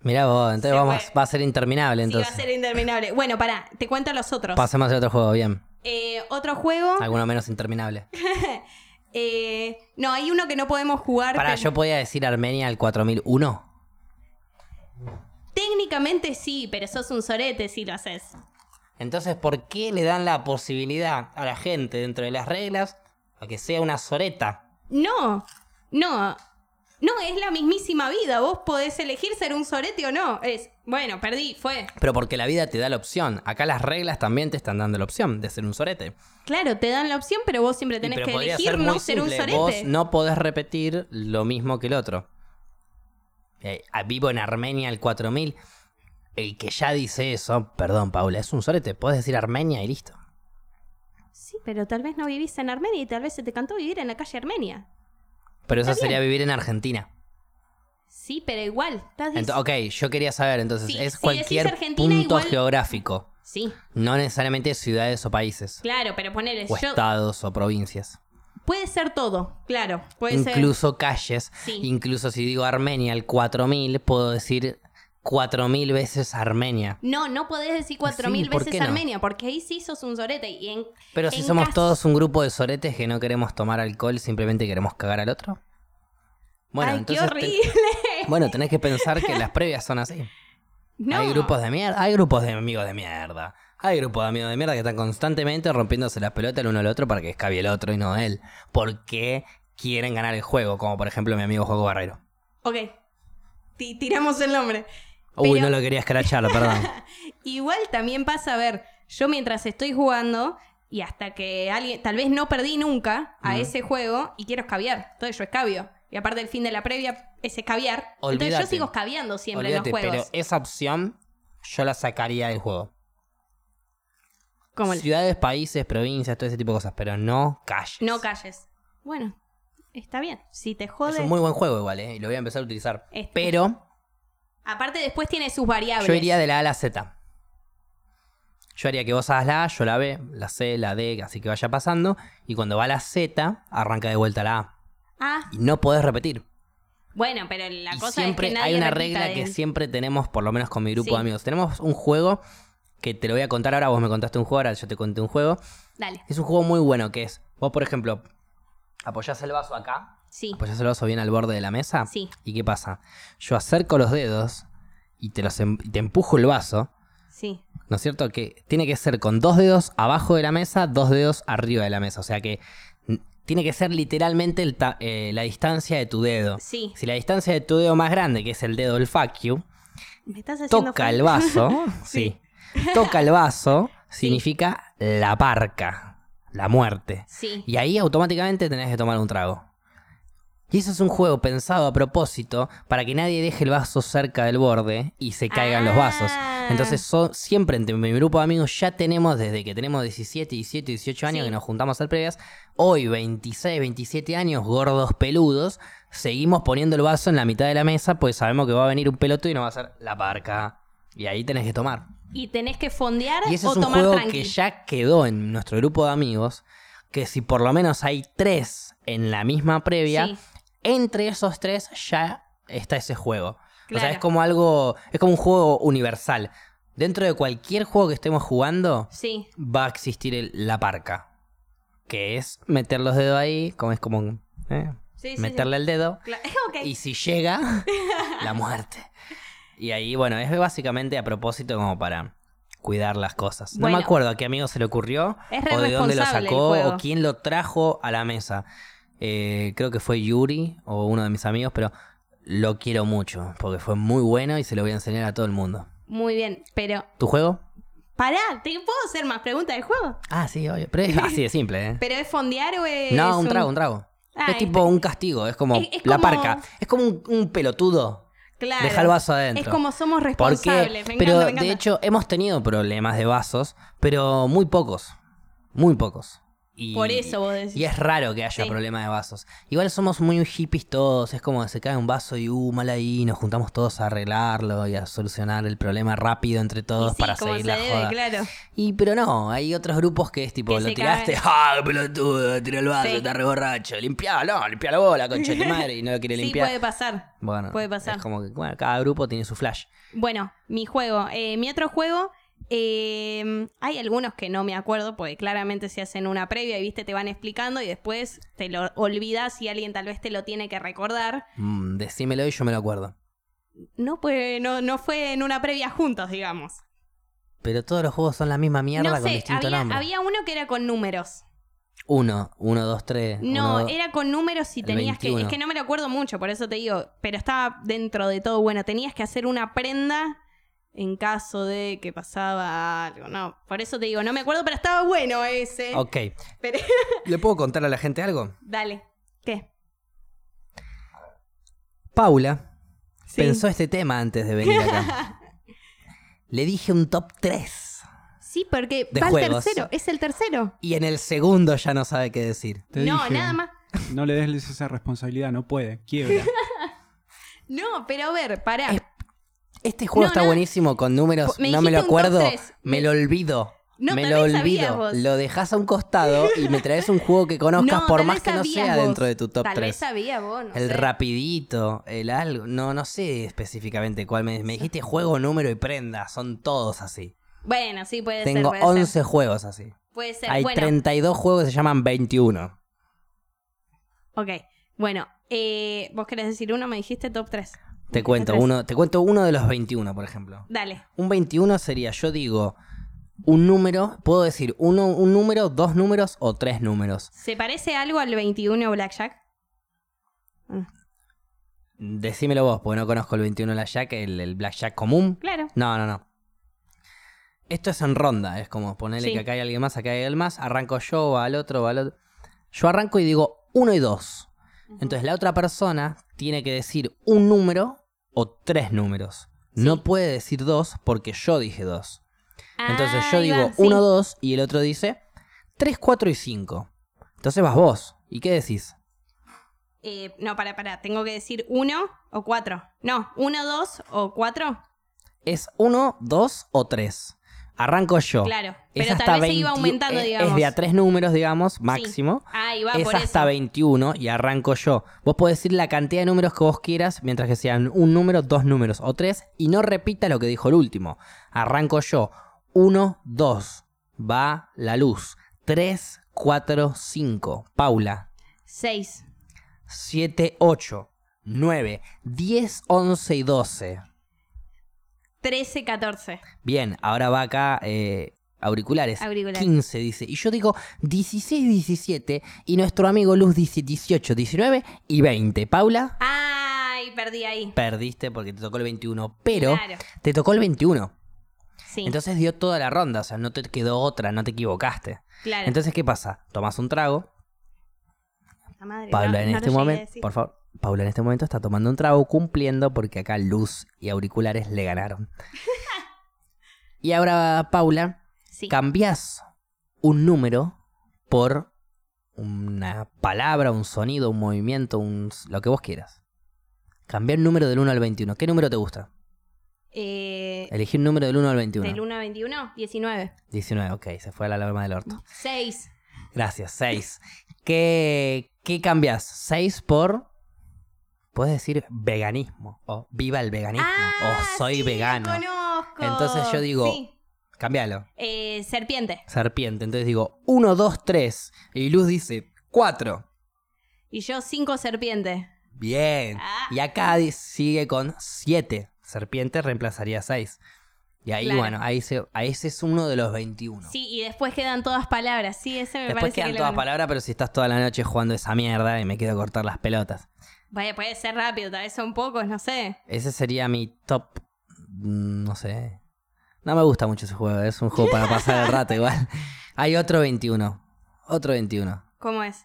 S2: Mirá vos, entonces
S1: Se
S2: vamos,
S1: fue.
S2: va a ser interminable entonces.
S1: Sí, va a ser interminable. Bueno, pará, te cuento los otros.
S2: Pasemos al otro juego, bien.
S1: Eh, otro juego.
S2: Alguno menos interminable.
S1: eh, no, hay uno que no podemos jugar.
S2: Pará,
S1: pero-
S2: yo podía decir Armenia al 4001.
S1: Técnicamente sí, pero sos un sorete si lo haces.
S2: Entonces, ¿por qué le dan la posibilidad a la gente dentro de las reglas a que sea una soreta?
S1: No, no. No, es la mismísima vida. Vos podés elegir ser un sorete o no. Es, bueno, perdí, fue.
S2: Pero porque la vida te da la opción. Acá las reglas también te están dando la opción de ser un sorete.
S1: Claro, te dan la opción, pero vos siempre
S2: Y
S1: tenés
S2: pero
S1: que
S2: podría
S1: elegir
S2: muy
S1: no ser un
S2: simple.
S1: sorete.
S2: Vos no podés repetir lo mismo que el otro. Eh, ah, vivo en Armenia al 4000. El que ya dice eso, perdón Paula, es un sorete. Podés decir Armenia y listo.
S1: Sí, pero tal vez no vivís en Armenia y tal vez se te cantó vivir en la calle Armenia.
S2: Pero eso
S1: Está
S2: sería vivir en Argentina.
S1: Sí, pero igual. Estás dic-
S2: Ento- ok, yo quería saber, entonces,
S1: Sí,
S2: es
S1: si
S2: cualquier
S1: decís Argentina,
S2: punto
S1: igual-
S2: geográfico.
S1: Sí,
S2: No necesariamente ciudades o países.
S1: claro, pero ponele.
S2: O
S1: yo-
S2: estados o provincias.
S1: Puede ser todo, claro. Puede ser.
S2: incluso calles.
S1: Sí.
S2: Incluso si digo Armenia, el 4000, puedo decir 4000 veces Armenia.
S1: No, no podés decir cuatro
S2: Sí,
S1: mil
S2: ¿por
S1: veces
S2: qué no?
S1: Armenia, porque ahí sí sos un sorete. Y en,
S2: Pero si
S1: en
S2: somos
S1: cas-
S2: todos un grupo de soretes que no queremos tomar alcohol, simplemente queremos cagar al otro. Bueno,
S1: Ay, qué
S2: entonces. te-
S1: horrible.
S2: Bueno, tenés que pensar que las previas son así.
S1: No.
S2: Hay grupos de mierda, hay grupos de amigos de mierda. Hay grupos de amigos de mierda que están constantemente rompiéndose las pelotas el uno al otro para que escabe el otro y no él. Porque quieren ganar el juego, como por ejemplo mi amigo Juego Barrero.
S1: Ok. Ti- tiramos el nombre.
S2: Uy,
S1: Pero-
S2: no lo quería escracharlo, perdón.
S1: Igual también pasa, a ver, yo mientras estoy jugando y hasta que alguien, tal vez no perdí nunca a ese juego y quiero escabiar, entonces yo escabio. Y aparte el fin de la previa es escabiar. Entonces
S2: Olvídate.
S1: yo sigo escabiando siempre
S2: Olvídate,
S1: en los
S2: pero
S1: juegos.
S2: esa opción yo la sacaría del juego. eh,
S1: Como el-
S2: Ciudades, países, provincias, todo ese tipo de cosas, pero no calles.
S1: No calles. Bueno, está bien. Si te
S2: Es
S1: jode.
S2: un muy buen juego igual, ¿eh? Y lo voy a empezar a utilizar.
S1: Este.
S2: Pero
S1: Aparte después tiene sus variables.
S2: yo iría de la A a la Z. Yo haría que vos hagas la A, yo la B, la C, la D, así que vaya pasando. Y cuando va la Z, arranca de vuelta la A.
S1: Ah,
S2: Y no podés repetir.
S1: bueno, pero la
S2: Y
S1: cosa
S2: siempre
S1: es que nadie
S2: hay una
S1: repita
S2: regla
S1: de-
S2: que siempre tenemos, por lo menos con mi grupo
S1: Sí.
S2: de amigos. Tenemos un juego que te lo voy a contar ahora. Vos me contaste un juego, ahora yo te conté un juego.
S1: Dale,
S2: Es un juego muy bueno que es, vos por ejemplo, apoyás el vaso acá,
S1: sí.
S2: apoyás el vaso bien al borde de la mesa,
S1: Sí.
S2: ¿y qué pasa? Yo acerco los dedos y te, los em- y te empujo el vaso,
S1: Sí.
S2: ¿no es cierto? Que tiene que ser con dos dedos abajo de la mesa, dos dedos arriba de la mesa, o sea que n- tiene que ser literalmente el ta- eh, la distancia de tu dedo.
S1: Sí.
S2: Si la distancia de tu dedo más grande, que es el dedo del fuck you,
S1: Me estás haciendo
S2: toca
S1: fal-
S2: el vaso, sí. toca el vaso, significa la parca, la muerte.
S1: Sí.
S2: Y ahí automáticamente tenés que tomar un trago. Y eso es un juego pensado a propósito para que nadie deje el vaso cerca del borde y se caigan los vasos.
S1: Ah.
S2: Entonces, so- siempre entre mi grupo de amigos ya tenemos, desde que tenemos 17, 17, 18 años
S1: Sí.
S2: que nos juntamos al previas, hoy 26, 27 años, gordos peludos, seguimos poniendo el vaso en la mitad de la mesa, pues sabemos que va a venir un peloto y nos va a hacer la parca. Y ahí tenés que tomar.
S1: Y tenés que fondear
S2: Y ese
S1: o
S2: es un
S1: tomar
S2: juego
S1: tranqui.
S2: que ya quedó en nuestro grupo de amigos, que si por lo menos hay tres en la misma previa,
S1: Sí.
S2: entre esos tres ya está ese juego. O sea,
S1: Claro.
S2: es como algo, es como un juego universal. Dentro de cualquier juego que estemos jugando,
S1: Sí.
S2: va a existir el- la parca. Que es meter los dedos ahí, como es como un- ¿eh?
S1: Sí, sí, sí.
S2: meterle el dedo.
S1: Cla- ok.
S2: Y si llega, la muerte. Y ahí, bueno, es básicamente a propósito como para cuidar las cosas. No
S1: Bueno.
S2: me acuerdo a qué amigo se le ocurrió,
S1: Es re
S2: o de dónde lo
S1: responsable el
S2: sacó,
S1: juego.
S2: o quién lo trajo a la mesa. Eh, creo que fue Yuri o uno de mis amigos, pero lo quiero mucho, porque fue muy bueno y se lo voy a enseñar a todo el mundo.
S1: Muy bien, pero
S2: ¿Tu juego?
S1: pará, ¿te puedo hacer más preguntas del juego?
S2: Ah, sí, obvio. Pero es así de simple, ¿eh?
S1: ¿Pero es fondear o es
S2: No, un trago, un trago.
S1: Ah,
S2: es tipo un castigo, es como
S1: Es- es
S2: la
S1: como-
S2: parca. Es como un, un pelotudo.
S1: Claro.
S2: Deja el vaso adentro.
S1: Es como somos
S2: Porque,
S1: responsables. Me encanta,
S2: pero
S1: me encanta.
S2: de hecho hemos tenido problemas de vasos, pero muy pocos, muy pocos. Y,
S1: Por eso vos decís.
S2: Y es raro que haya
S1: Sí.
S2: problemas de vasos. Igual somos muy hippies todos, es como que se cae un vaso y uh, mal ahí, nos juntamos todos a arreglarlo y a solucionar el problema rápido entre todos
S1: Y sí,
S2: para
S1: como
S2: seguir
S1: se
S2: la
S1: debe,
S2: joda.
S1: claro.
S2: Y pero no, hay otros grupos que es tipo,
S1: Que
S2: lo
S1: se
S2: tiraste,
S1: cagan.
S2: ah, pelotudo, tiró el vaso,
S1: Sí.
S2: está re borracho, limpialo, limpia la bola, concha de tu madre, y no lo quiere
S1: Sí,
S2: limpiar.
S1: puede pasar.
S2: Bueno,
S1: puede pasar.
S2: es como que bueno, cada grupo tiene su flash.
S1: Bueno, mi juego. Eh, mi otro juego. eh, hay algunos que no me acuerdo porque claramente se hacen una previa y viste, te van explicando y después te lo olvidas y alguien tal vez te lo tiene que recordar.
S2: Mm, decímelo y yo me lo acuerdo.
S1: No, pues no, no fue en una previa juntos, digamos.
S2: Pero todos los juegos son la misma mierda
S1: no
S2: con
S1: sé,
S2: distinto
S1: había,
S2: nombre.
S1: había uno que era con números.
S2: Uno, uno, dos, tres.
S1: No,
S2: uno, dos-
S1: era con números y
S2: el
S1: tenías que.
S2: 21.
S1: Es que no me lo acuerdo mucho, por eso te digo. Pero estaba dentro de todo bueno. Tenías que hacer una prenda en caso de que pasaba algo. No, por eso te digo, no me acuerdo, pero estaba bueno ese.
S2: Ok.
S1: Pero-
S2: ¿Le puedo contar a la gente algo?
S1: Dale. ¿Qué?
S2: Paula
S1: Sí.
S2: pensó este tema antes de venir acá. Le dije un top 3.
S1: Sí, porque
S2: De
S1: va
S2: juegos.
S1: el tercero. Es el tercero.
S2: Y en el segundo ya no sabe qué decir.
S3: Te
S1: no,
S3: dije,
S1: nada más.
S3: No le des esa responsabilidad, no puede, quiebra.
S1: No, pero a ver, pará.
S2: Es- Este juego
S1: No,
S2: está
S1: no.
S2: buenísimo con números.
S1: Po- me
S2: no me lo
S1: dijiste un top
S2: acuerdo.
S1: tres.
S2: Me lo olvido.
S1: No,
S2: me
S1: tal
S2: lo
S1: vez sabías
S2: olvido.
S1: vos.
S2: Lo dejas a un costado y me traes un juego que conozcas
S1: No,
S2: por
S1: tal
S2: más
S1: vez
S2: que no
S1: sabías
S2: sea
S1: vos.
S2: dentro de tu top
S1: Tal
S2: 3.
S1: vez sabía vos, no
S2: El
S1: sé.
S2: rapidito, el algo. No, no sé específicamente cuál. Me, me dijiste juego, número y prenda. Son todos así.
S1: Bueno, sí, puede
S2: Tengo
S1: ser. Puede
S2: 11
S1: ser.
S2: juegos así.
S1: Puede ser.
S2: Hay
S1: bueno,
S2: 32 juegos que se llaman 21.
S1: Ok, bueno, eh, vos querés decir uno, me dijiste top 3.
S2: Te cuento, uno, te cuento uno de los 21, por ejemplo.
S1: Dale.
S2: Un 21 sería, yo digo, un número. Puedo decir uno, un número, dos números o tres números.
S1: ¿Se parece algo al 21 Blackjack?
S2: Decímelo vos, porque no conozco el 21 la Jack, el, el Blackjack común.
S1: Claro.
S2: No, no, no. Esto es en ronda, es como ponerle
S1: Sí.
S2: que acá hay alguien más, acá hay alguien más, arranco yo, va al otro, va al otro. Yo arranco y digo uno y dos. Entonces la otra persona tiene que decir un número o tres números. No puede decir dos porque yo dije dos. Entonces yo
S1: Ahí
S2: digo
S1: va, Ah, sí.
S2: uno, dos y el otro dice tres, cuatro y cinco. Entonces vas vos. ¿Y qué decís?
S1: Eh, no, para, para, tengo que decir uno o cuatro. No, uno, dos o cuatro.
S2: ¿Es uno, dos o tres? Arranco yo.
S1: Claro.
S2: Es
S1: Pero
S2: hasta
S1: tal vez se iba
S2: 20
S1: aumentando,
S2: es-
S1: digamos.
S2: Es de a tres números, digamos, máximo.
S1: Ahí va,
S2: es
S1: por
S2: hasta
S1: eso.
S2: 21 y arranco yo. Vos podés decir la cantidad de números que vos quieras, mientras que sean un número, dos números o tres, y no repita lo que dijo el último. Arranco yo. 1, 2, va la luz. 3, 4, 5, Paula.
S1: Seis.
S2: 7, 8, 9, 10, 11 y 12.
S1: Trece, catorce.
S2: Bien, ahora va acá eh, auriculares.
S1: Auriculares.
S2: 15 dice. Y yo digo 16, 17. Y nuestro amigo Luz dice 18, 19 y 20. Paula,
S1: Ay, perdí ahí.
S2: perdiste porque te tocó el 21. Pero
S1: Claro.
S2: te tocó el 21.
S1: Sí,
S2: Entonces dio toda la ronda. O sea, no te quedó otra, no te equivocaste.
S1: claro.
S2: Entonces, ¿qué pasa? Tomas un trago.
S1: puta madre.
S2: Paula
S1: no-
S2: en
S1: no lo
S2: este
S1: llegué a
S2: momento,
S1: decir.
S2: por favor, Paula en este momento está tomando un trago cumpliendo porque acá luz y auriculares le ganaron. y ahora, Paula,
S1: Sí.
S2: cambias un número por una palabra, un sonido, un movimiento, un lo que vos quieras. Cambiar el número del 1 al 21. ¿Qué número te gusta?
S1: Eh,
S2: Elegí un número del 1 al 21.
S1: del 1 a 21, 19.
S2: 19, ok, se fue a la alarma del orto.
S1: 6.
S2: Gracias, 6. ¿Qué, qué cambias? 6 por. Puedes decir veganismo. O viva el veganismo.
S1: Ah,
S2: o soy vegano.
S1: Conozco.
S2: Entonces yo digo-
S1: Sí.
S2: Cámbialo.
S1: Eh, serpiente.
S2: Serpiente. Entonces digo 1, 2, 3. Y Luz dice 4.
S1: Y yo cinco serpientes.
S2: Bien.
S1: Ah.
S2: Y acá di- sigue con 7. Serpiente reemplazaría 6. Y ahí,
S1: Claro.
S2: bueno, ahí, se, ahí ese es uno de los 21.
S1: Sí, y después quedan todas palabras. Sí, ese me
S2: Después
S1: parece
S2: quedan
S1: que
S2: todas
S1: lo...
S2: palabras, pero si estás toda la noche jugando esa mierda y me quedo a cortar las pelotas.
S1: Vaya, puede ser rápido, tal vez son pocos, no sé.
S2: Ese sería mi top. mm, No sé. No me gusta mucho ese juego. Es un juego para pasar el rato igual. Hay otro 21. Otro 21.
S1: ¿Cómo es?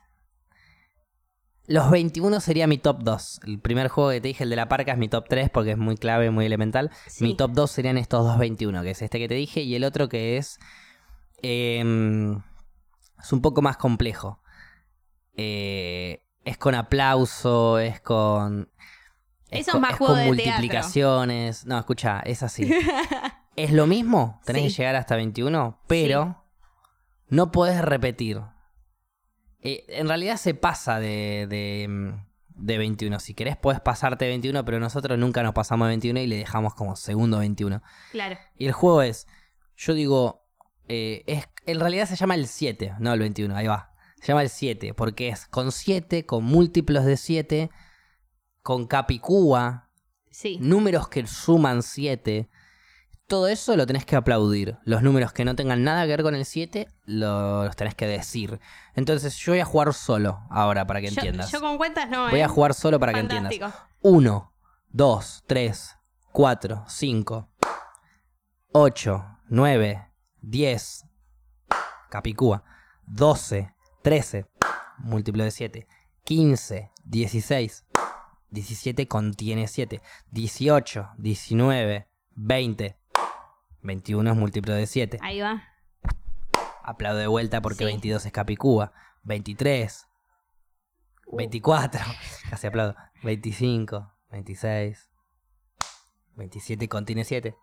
S2: Los 21 sería mi top 2. El primer juego que te dije, el de la parca, es mi top 3 porque es muy clave, muy elemental.
S1: Sí.
S2: Mi top 2 serían estos dos 21, que es este que te dije, y el otro que es. em, es un poco más complejo. Eh, es con aplauso, es con.
S1: Eso es
S2: co-
S1: más juego
S2: con
S1: de teatro.
S2: multiplicaciones. No, escucha, es así. es lo mismo, tenés
S1: Sí.
S2: que llegar hasta 21, pero no podés repetir. Eh, en realidad se pasa de, de, mm, de 21. Si querés, podés pasarte 21, pero nosotros nunca nos pasamos de 21 y le dejamos como segundo 21.
S1: Claro.
S2: Y el juego es, yo digo, eh, es, en realidad se llama el 7, no el 21, ahí va. Se llama el 7, porque es con 7, con múltiplos de 7, con capicúa,
S1: Sí.
S2: números que suman 7. Todo eso lo tenés que aplaudir. Los números que no tengan nada que ver con el 7, lo- los tenés que decir. Entonces yo voy a jugar solo ahora para que
S1: Yo-
S2: entiendas.
S1: Yo, con cuentas no,
S2: Voy
S1: ¿eh?
S2: a jugar solo para que entiendas.
S1: Fantástico.
S2: 1, 2, 3, 4, 5, 8, 9, 10, Capicúa, 12, 13, múltiplo de 7, 15, 16, 17 contiene 7, 18, 19, 20, 21 es múltiplo de 7.
S1: Ahí va.
S2: Aplaudo de vuelta porque
S1: Sí.
S2: 22 es Capicúa. 23.
S1: Uh.
S2: 24. Casi aplaudo. 25. 26. 27 contiene 7.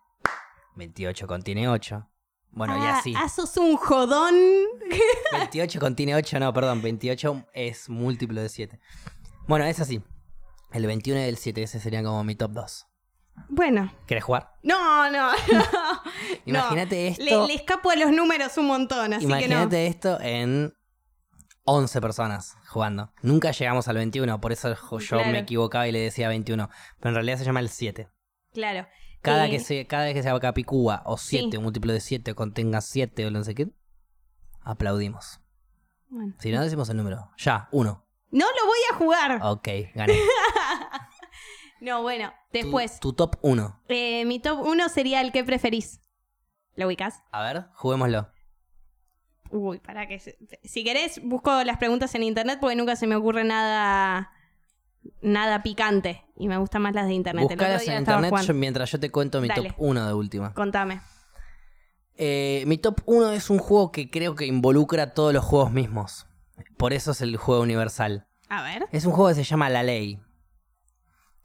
S2: 28 contiene 8. Bueno, y
S1: Ah,
S2: así.
S1: Ah, sos un jodón.
S2: 28 contiene 8, no, perdón. 28 es múltiplo de 7. Bueno, es así. El 21 y el 7, ese sería como mi top 2.
S1: Bueno.
S2: ¿Querés jugar?
S1: No, no. no.
S2: Imagínate
S1: Le-
S2: esto.
S1: Le, escapo a los números un montón, así
S2: Imagínate
S1: que
S2: esto en 11 personas jugando. Nunca llegamos al 21, por eso jo- yo
S1: Claro.
S2: me equivocaba y le decía 21. Pero en realidad se llama el 7.
S1: no. Claro.
S2: Cada,
S1: Eh,
S2: que se, cada vez que se haga Capicúa o 7,
S1: Sí.
S2: un múltiplo de 7, contenga 7 o no sé qué, aplaudimos.
S1: bueno.
S2: Si no, decimos el número. Ya, 1.
S1: No lo voy a jugar.
S2: Ok, gané.
S1: No, bueno.
S2: Tu-
S1: Después,
S2: Tu, top 1.
S1: eh, mi top 1 sería el que preferís. ¿Lo ubicás?
S2: A ver, juguémoslo.
S1: Uy, para que... se- Si querés, busco las preguntas en internet porque nunca se me ocurre nada... Nada picante. Y me gustan más las de internet. El otro
S2: Buscalas
S1: día
S2: en
S1: estaba
S2: internet
S1: jugando.
S2: yo- mientras yo te cuento mi
S1: Dale.
S2: top 1 de última.
S1: Contame.
S2: Eh, mi top 1 es un juego que creo que involucra todos los juegos mismos. Por eso es el juego universal.
S1: A ver.
S2: Es un juego que se llama La Ley.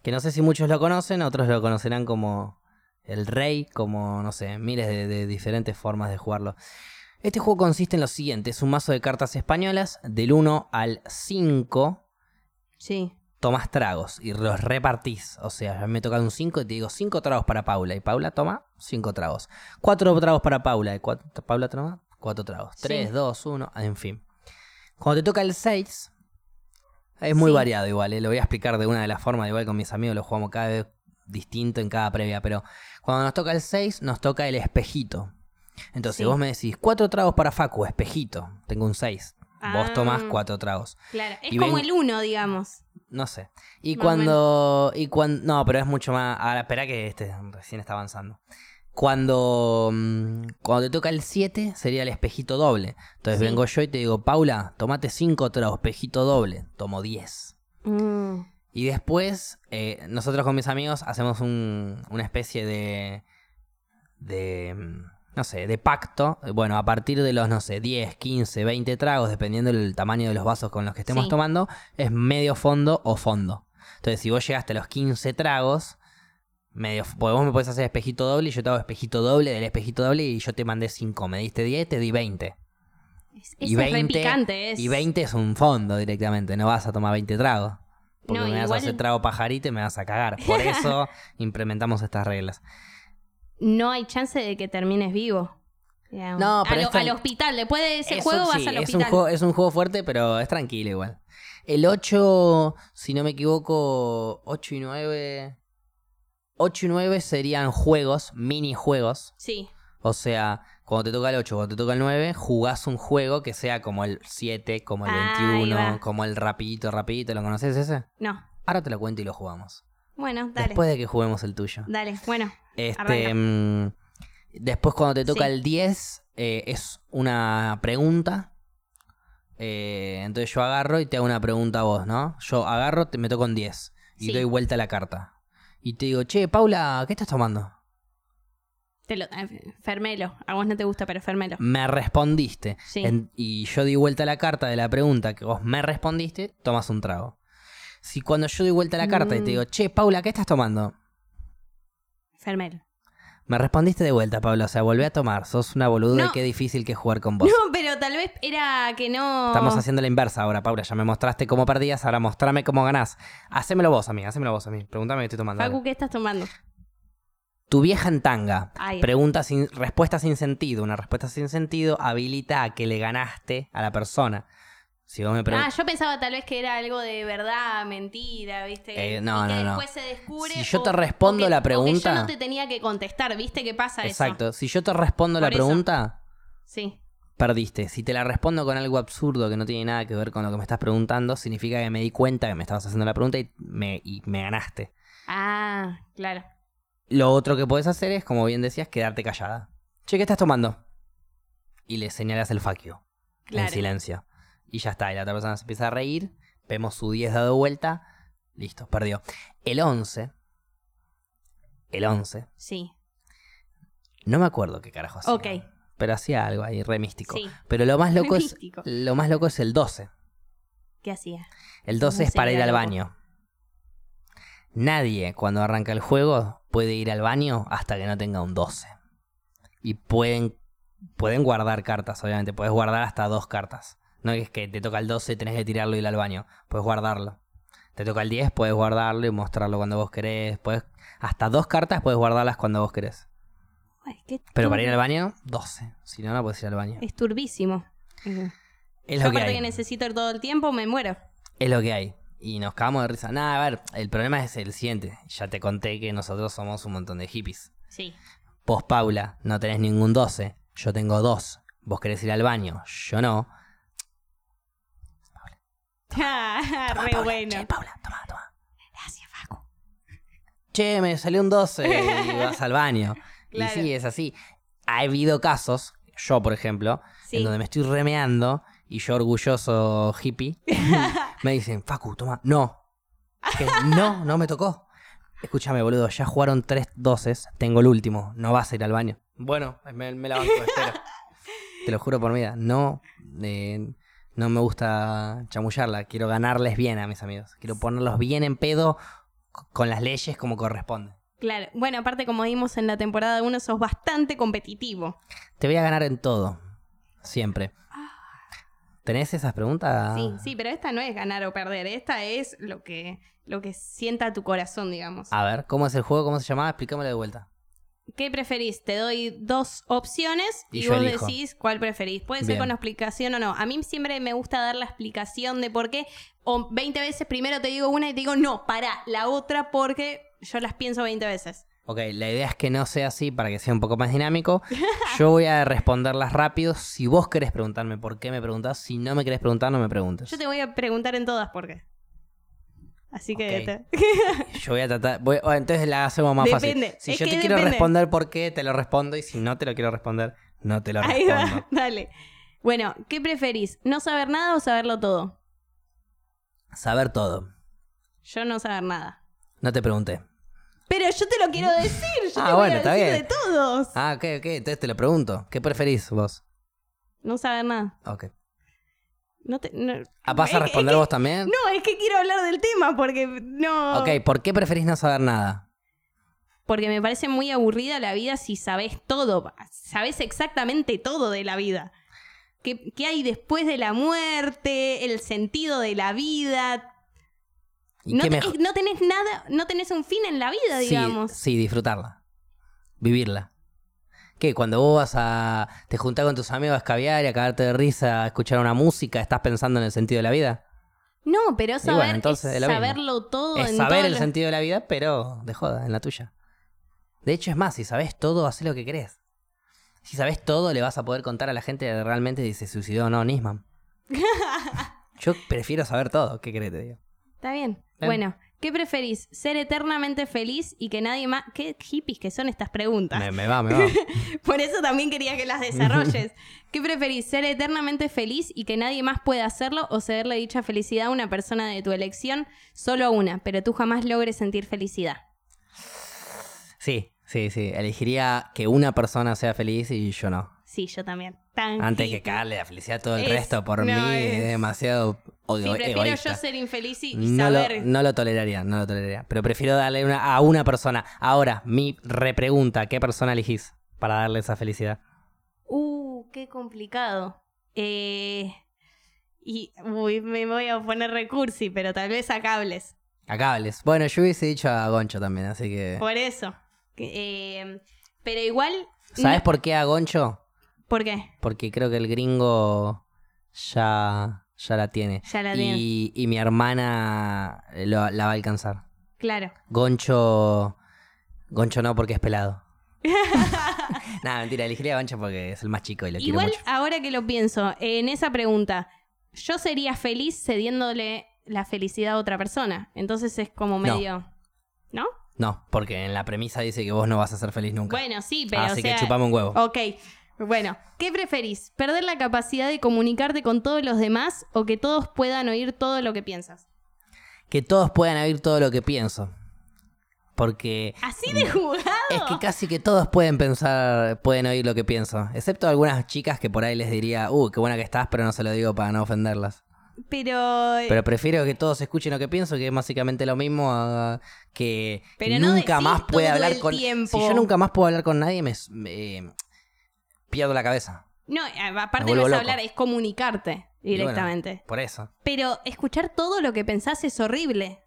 S2: Que no sé si muchos lo conocen, otros lo conocerán como El Rey, como no sé, miles de, de diferentes formas de jugarlo. Este juego consiste en lo siguiente: es un mazo de cartas españolas. Del 1 al 5
S1: Sí.
S2: tomás tragos y los repartís. O sea, a mí me toca un 5 y te digo 5 tragos para Paula. Y Paula toma 5 tragos. 4 tragos para Paula. Y cuatro- Paula toma 4 tragos.
S1: Sí.
S2: 3, 2, 1, en fin. Cuando te toca el 6, es muy
S1: Sí.
S2: variado igual. ¿eh? Lo voy a explicar de una de las formas. Igual con mis amigos lo jugamos cada vez distinto en cada previa. Pero cuando nos toca el 6, nos toca el espejito. Entonces
S1: Sí.
S2: vos me decís 4 tragos para Facu, espejito. Tengo un 6. Vos
S1: Ah.
S2: tomás 4 tragos.
S1: Claro, es
S2: Y
S1: como
S2: ven-
S1: el uno, digamos.
S2: No sé. Y
S1: Más o
S2: cuando. Y cuando. No, pero es mucho más. Ahora, espera que este recién está avanzando. Cuando, mm, cuando te toca el 7 sería el espejito doble. Entonces
S1: Sí.
S2: vengo yo y te digo, Paula, tomate 5 tragos, espejito doble. Tomo 10.
S1: Mm.
S2: Y después, eh, nosotros con mis amigos hacemos un- una especie de. de. mm, no sé, de pacto. Bueno, a partir de los, no sé, 10, 15, 20 tragos, dependiendo del tamaño de los vasos con los que estemos
S1: Sí.
S2: tomando, es medio fondo o fondo. Entonces, si vos llegaste a los 15 tragos, medio. f- Porque vos me podés hacer espejito doble y yo te hago espejito doble del espejito doble y yo te mandé 5. Me diste 10, te di 20.
S1: Es,
S2: Y
S1: eso es re
S2: 20,
S1: picante, es-
S2: Y 20 es un fondo directamente, no vas a tomar 20 tragos. Porque
S1: No,
S2: me vas a
S1: igual-
S2: hacer trago pajarito y me vas a cagar. Por eso implementamos estas reglas.
S1: No hay chance de que termines vivo. digamos.
S2: No,
S1: A
S2: pero
S1: lo-
S2: esto-
S1: al hospital. Después de ese
S2: Es
S1: juego
S2: un-
S1: vas
S2: sí,
S1: al
S2: es un,
S1: hospital.
S2: juego, es un juego fuerte, pero es tranquilo igual. El 8, si no me equivoco, 8 y 9... 8 y 9 serían juegos, minijuegos.
S1: Sí.
S2: O sea, cuando te toca el 8, cuando te toca el 9, jugás un juego que sea como el 7, como el
S1: Ah, ahí
S2: 21,
S1: va.
S2: como el rapidito, rapidito. ¿Lo conoces ese?
S1: No.
S2: Ahora te lo cuento y lo jugamos.
S1: Bueno, dale.
S2: Después de que juguemos el tuyo.
S1: Dale. Bueno.
S2: Este,
S1: Arranca.
S2: mm, después cuando te toca
S1: Sí.
S2: el 10 eh, es una pregunta. Eh, entonces yo agarro y te hago una pregunta a vos, ¿no? Yo agarro, te, me toco en 10 y
S1: Sí.
S2: doy vuelta a la carta. Y te digo, che, Paula, ¿qué estás tomando?
S1: Te lo, eh, fermelo. A vos no te gusta, pero fermelo.
S2: Me respondiste.
S1: Sí.
S2: Mm, En- y yo di vuelta a la carta de la pregunta que vos me respondiste, tomas un trago. Si cuando yo doy vuelta a la carta y
S1: Mm.
S2: te digo, che, Paula, ¿qué estás tomando?
S1: Fermelo.
S2: Me respondiste de vuelta, Paula. O sea, volví a tomar. Sos una boluda y
S1: No.
S2: qué difícil que es jugar con vos.
S1: No, pero tal vez era que no.
S2: Estamos haciendo la inversa ahora, Paula. Ya me mostraste cómo perdías, ahora mostrame cómo ganás. Hacémelo vos, amiga, hacémelo vos a mí. Pregúntame qué estoy tomando.
S1: Facu,
S2: dale.
S1: ¿qué estás tomando?
S2: Tu vieja en tanga.
S1: Ay.
S2: Pregunta sin, respuesta sin sentido. Una respuesta sin sentido habilita a que le ganaste a la persona. Si vos me
S1: ah,
S2: preguntas.
S1: yo pensaba tal vez que era algo de verdad, mentira, ¿viste?
S2: Eh, no,
S1: y que
S2: no, no.
S1: después se descubre.
S2: Si yo
S1: o-
S2: te respondo
S1: o que-
S2: la
S1: o que
S2: pregunta-
S1: yo no te tenía que contestar, ¿viste? ¿Qué pasa eso?
S2: Exacto. Si yo te respondo la
S1: Por eso.
S2: pregunta,
S1: Sí.
S2: perdiste. Si te la respondo con algo absurdo que no tiene nada que ver con lo que me estás preguntando, significa que me di cuenta que me estabas haciendo la pregunta y me, y me ganaste.
S1: Ah, claro.
S2: Lo otro que podés hacer es, como bien decías, quedarte callada. Che, ¿qué estás tomando? Y le señalas el faquio.
S1: Claro.
S2: En silencio. Y ya está. Y la otra persona se empieza a reír. Vemos su 10 dado vuelta. Listo, perdió. El 11. El 11.
S1: Sí.
S2: No me acuerdo qué carajo hacía.
S1: Ok.
S2: Pero hacía algo ahí, re místico.
S1: Sí.
S2: Pero lo más loco es.
S1: Místico.
S2: Lo más loco es el 12.
S1: ¿Qué hacía?
S2: El 12
S1: No
S2: es
S1: sé,
S2: para ir
S1: era
S2: al
S1: loco.
S2: baño. Nadie cuando arranca el juego puede ir al baño hasta que no tenga un 12. Y pueden, pueden guardar cartas, obviamente. Puedes guardar hasta dos cartas. No es que te toca el 12 y tenés que tirarlo y ir al baño. Puedes guardarlo. Te toca el 10, puedes guardarlo y mostrarlo cuando vos querés. Podés- hasta dos cartas puedes guardarlas cuando vos querés.
S1: Ay, qué
S2: Pero
S1: tur-
S2: para ir al baño, 12. Si no, no puedes ir al baño.
S1: Es turbísimo. Yo
S2: Es lo que
S1: aparte
S2: hay.
S1: que necesito todo el tiempo, me muero.
S2: Es lo que hay. Y nos cagamos de risa. Nada, a ver, el problema es el siguiente. Ya te conté que nosotros somos un montón de hippies.
S1: Sí.
S2: Vos, Paula, no tenés ningún 12. Yo tengo dos. Vos querés ir al baño. Yo no.
S1: Ah, Re
S2: Paula, Che,
S1: bueno.
S2: Paula, toma, toma.
S1: Gracias, Facu.
S2: Che, me salió un 12 y vas al baño.
S1: Claro.
S2: Y sí, es así. Ha habido casos, yo por ejemplo,
S1: Sí.
S2: en donde me estoy remeando y yo orgulloso hippie, me dicen, Facu, toma, no. Que no, no me tocó. Escúchame, boludo, ya jugaron tres doces, tengo el último, no vas a ir al baño. Bueno, me, me la banco, espero. Te lo juro por mi vida, no, eh, no me gusta chamullarla, quiero ganarles bien a mis amigos, quiero ponerlos bien en pedo c- con las leyes como corresponde.
S1: Claro. Bueno, aparte, como vimos en la temporada 1, sos bastante competitivo.
S2: Te voy a ganar en todo, siempre. ¿Tenés esas preguntas?
S1: Ah. Sí, sí, pero esta no es ganar o perder. Esta es lo que, lo que sienta tu corazón, digamos.
S2: A ver, ¿cómo es el juego? ¿Cómo se llamaba? Explícamelo de vuelta.
S1: ¿Qué preferís? Te doy dos opciones
S2: Y
S1: y,
S2: yo
S1: vos
S2: elijo.
S1: decís cuál preferís. Puede
S2: Bien.
S1: ser con explicación o no. A mí siempre me gusta dar la explicación de por qué. O 20 veces primero te digo una y te digo, no, para la otra porque yo las pienso 20 veces.
S2: Ok, la idea es que no sea así para que sea un poco más dinámico. Yo voy a responderlas rápido. Si vos querés preguntarme por qué me preguntás, si no me querés preguntar, no me preguntes.
S1: Yo te voy a preguntar en todas por qué. Así que
S2: Ok.
S1: te-
S2: Yo voy a tratar. voy- o entonces la hacemos más
S1: Depende,
S2: fácil. Si
S1: es
S2: yo
S1: que
S2: te quiero
S1: depende.
S2: responder por qué, te lo respondo. Y si no te lo quiero responder, no te lo
S1: ahí
S2: respondo.
S1: va, dale. Bueno, ¿qué preferís? ¿No saber nada o saberlo todo?
S2: Saber todo.
S1: Yo no saber nada.
S2: No te pregunté.
S1: Pero yo te lo quiero decir, yo
S2: Ah,
S1: te voy
S2: bueno,
S1: a
S2: está
S1: decir
S2: bien.
S1: de todos.
S2: Ah, ok, ok. Entonces te lo pregunto. ¿Qué preferís vos?
S1: No saber nada.
S2: Ok.
S1: No te, no-
S2: Ah, ¿Vas a
S1: Es- es
S2: responder
S1: que-
S2: vos también?
S1: No, es que quiero hablar del tema porque no.
S2: Ok, ¿por qué preferís no saber nada?
S1: Porque me parece muy aburrida la vida si sabes todo, sabes exactamente todo de la vida. ¿Qué, qué hay después de la muerte? El sentido de la vida.
S2: ¿Y
S1: no,
S2: qué
S1: te-
S2: mejor?
S1: no tenés nada, no tenés un fin en la vida,
S2: Sí,
S1: digamos.
S2: sí, disfrutarla. Vivirla. ¿Qué? Cuando vos vas a. te juntás con tus amigos a escabiar y a cagarte de risa, a escuchar una música, ¿estás pensando en el sentido de la vida?
S1: No, pero
S2: bueno,
S1: saber es
S2: entonces es lo mismo.
S1: saberlo todo
S2: Es
S1: Oh, en
S2: saber
S1: todos
S2: el
S1: los-
S2: sentido de la vida, pero de joda, en la tuya. De hecho, es más, si sabés todo, haces lo que querés. Si sabés todo, le vas a poder contar a la gente de realmente si se suicidó o no Nisman. Yo prefiero saber todo, ¿qué querés te digo?
S1: Está bien.
S2: Bien.
S1: Bueno, ¿qué preferís? ¿Ser eternamente feliz y que nadie más. ¿Qué hippies que son estas preguntas?
S2: Me, me va, me va.
S1: Por eso también quería que las desarrolles. ¿Qué preferís? ¿Ser eternamente feliz y que nadie más pueda hacerlo o cederle dicha felicidad a una persona de tu elección, solo a una, pero tú jamás logres sentir felicidad?
S2: Sí, sí, sí. Elegiría que una persona sea feliz y yo no.
S1: Sí, yo también. Tan
S2: Antes
S1: hippie.
S2: que cagarle la felicidad a todo el
S1: Es-
S2: resto por
S1: no,
S2: mí
S1: es-
S2: es demasiado o-
S1: Sí, prefiero
S2: egoísta.
S1: yo ser infeliz y y
S2: no,
S1: saber.
S2: lo, no lo toleraría, no lo toleraría. Pero prefiero darle una, a una persona. Ahora, mi repregunta, ¿qué persona elegís para darle esa felicidad?
S1: Uh, qué complicado. Eh, y uy, me voy a poner recursi, pero tal vez a cables.
S2: A cables. Bueno, yo hubiese dicho a Goncho también, así que...
S1: Por eso. Que, eh, pero igual.
S2: ¿Sabes
S1: no-
S2: por qué a Goncho?
S1: ¿Por qué?
S2: Porque creo que el gringo ya, ya la tiene.
S1: Ya la tiene.
S2: y, y mi hermana eh, lo- la va a alcanzar.
S1: Claro.
S2: Goncho. Goncho no, porque es pelado. Nada, mentira, elegiría a Goncho porque es el más chico y lo
S1: Igual,
S2: quiero mucho.
S1: ahora que lo pienso, en esa pregunta, yo sería feliz cediéndole la felicidad a otra persona. Entonces es como medio. ¿No?
S2: No, porque en la premisa dice que vos no vas a ser feliz nunca. Ah,
S1: Bueno, sí, pero.
S2: Así
S1: o sea,
S2: que chupame un huevo.
S1: Ok. Bueno, ¿qué preferís? ¿Perder la capacidad de comunicarte con todos los demás o que todos puedan oír todo lo que piensas?
S2: Que todos puedan oír todo lo que pienso. Porque
S1: Así de jugado.
S2: es que casi que todos pueden pensar, pueden oír lo que pienso. Excepto algunas chicas que por ahí les diría, uh, qué buena que estás, pero no se lo digo para no ofenderlas.
S1: Pero.
S2: Pero prefiero que todos escuchen lo que pienso, que es básicamente lo mismo ah, que
S1: Pero no
S2: nunca
S1: decís
S2: más
S1: todo
S2: puede hablar
S1: el
S2: con.
S1: tiempo.
S2: Si yo nunca más puedo hablar con nadie, me, s- me- eh, pierdo la cabeza.
S1: No, a- aparte
S2: Me
S1: no
S2: vuelvo
S1: es
S2: loco.
S1: hablar, es comunicarte
S2: Y bueno,
S1: directamente.
S2: por eso.
S1: Pero escuchar todo lo que pensás es horrible.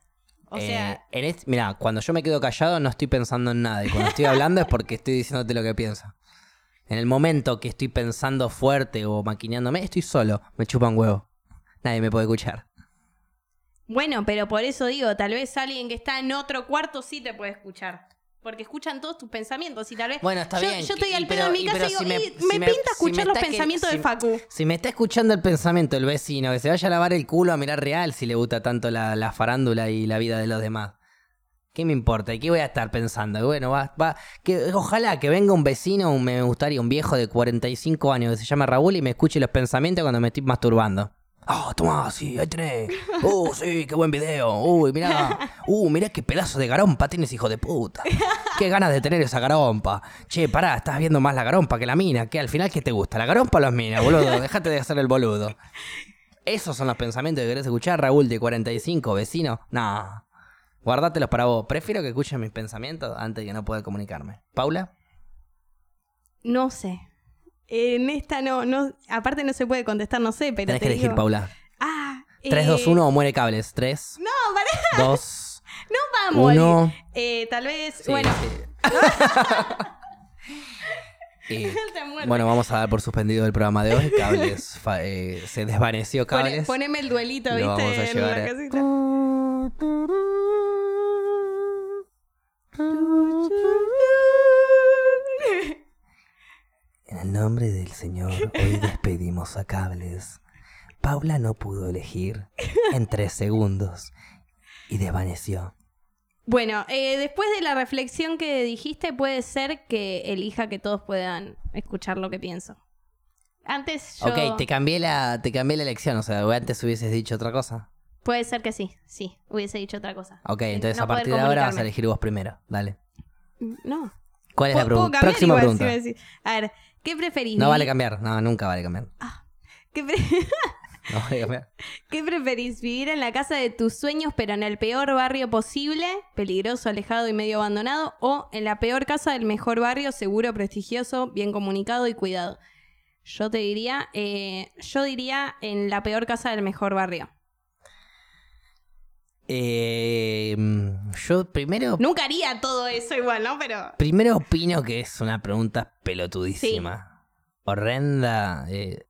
S1: O
S2: Eh,
S1: sea,
S2: mira, cuando yo me quedo callado no estoy pensando en nada. Y cuando estoy hablando es porque estoy diciéndote lo que pienso. En el momento que estoy pensando fuerte o maquineándome, estoy solo. Me chupan huevo. Nadie me puede escuchar.
S1: Bueno, pero por eso digo, tal vez alguien que está en otro cuarto sí te puede escuchar. Porque escuchan todos tus pensamientos y tal vez.
S2: Bueno, está
S1: yo,
S2: bien,
S1: Yo estoy
S2: y-
S1: al
S2: pero-
S1: pedo en mi
S2: y-
S1: casa
S2: pero
S1: y digo,
S2: si me-
S1: "Y
S2: si
S1: me,
S2: me-
S1: pinta
S2: si me
S1: escuchar los
S2: está que-
S1: pensamientos
S2: si-
S1: de Facu.
S2: Si me está escuchando el pensamiento el vecino, que se vaya a lavar el culo a mirar real si le gusta tanto la, la farándula y la vida de los demás. ¿Qué me importa? ¿Y ¿Qué voy a estar pensando? Bueno, va, va, que, ojalá que venga un vecino, un, me gustaría un viejo de 45 años que se llama Raúl y me escuche los pensamientos cuando me estoy masturbando. Ah, toma, sí, ahí tenés. Uh, sí, qué buen video. Uy, mirá. Uh, mirá qué pedazo de garompa tienes, hijo de puta. Qué ganas de tener esa garompa. Che, pará, estás viendo más la garompa que la mina. Que al final, ¿qué te gusta? ¿La garompa o las minas, boludo? Déjate de hacer el boludo. Esos son los pensamientos que querés escuchar, Raúl, de 45, vecino. No. Guardatelos para vos. Prefiero que escuchen mis pensamientos antes que no pueda comunicarme. ¿Paula?
S1: No sé. En esta no, no. Aparte no se puede contestar, no sé, pero.
S2: Tenés
S1: te
S2: que elegir,
S1: digo-
S2: Paula.
S1: Ah,
S2: 3,
S1: eh,
S2: 2, 1 o muere cables. 3,
S1: No, pará,
S2: 2,
S1: vamos.
S2: 1.
S1: Eh, tal vez.
S2: Sí,
S1: bueno,
S2: sí. Y,
S1: te muerde.
S2: bueno, vamos a dar por suspendido el programa de hoy. Cables fa- eh, se desvaneció
S1: Pone-
S2: cables.
S1: poneme el duelito,
S2: Lo
S1: ¿viste?
S2: vamos a
S1: en
S2: llevar
S1: la
S2: a-
S1: casita.
S2: En el nombre del Señor, hoy despedimos a cables. Paula no pudo elegir en tres segundos. y desvaneció.
S1: Bueno, eh, después de la reflexión que dijiste, puede ser que elija que todos puedan escuchar lo que pienso. Antes yo...
S2: Ok, te cambié, la, te cambié la elección, o sea, antes hubieses dicho otra cosa.
S1: Puede ser que sí, sí, hubiese dicho otra cosa. Eh,
S2: Ok, entonces
S1: no
S2: a partir de
S1: poder
S2: ahora vas a
S1: comunicarme.
S2: elegir vos primero. Dale.
S1: No.
S2: ¿Cuál es
S1: Puedo- puedo
S2: la pregunta?
S1: cambiar
S2: Próxima
S1: igual,
S2: pregunta.
S1: si me decís. A ver, ¿qué preferís?
S2: No
S1: vi-
S2: vale cambiar, no, nunca vale cambiar.
S1: Ah. ¿Qué, pre-
S2: No vale cambiar.
S1: ¿Qué preferís? ¿Vivir en la casa de tus sueños pero en el peor barrio posible? Peligroso, alejado y medio abandonado. ¿O en la peor casa del mejor barrio, seguro, prestigioso, bien comunicado y cuidado? Yo te diría, eh, yo diría en la peor casa del mejor barrio.
S2: Eh, mm, yo primero,
S1: Nunca haría todo eso igual, ¿no? Pero...
S2: primero opino que es una pregunta pelotudísima. Horrenda, eh,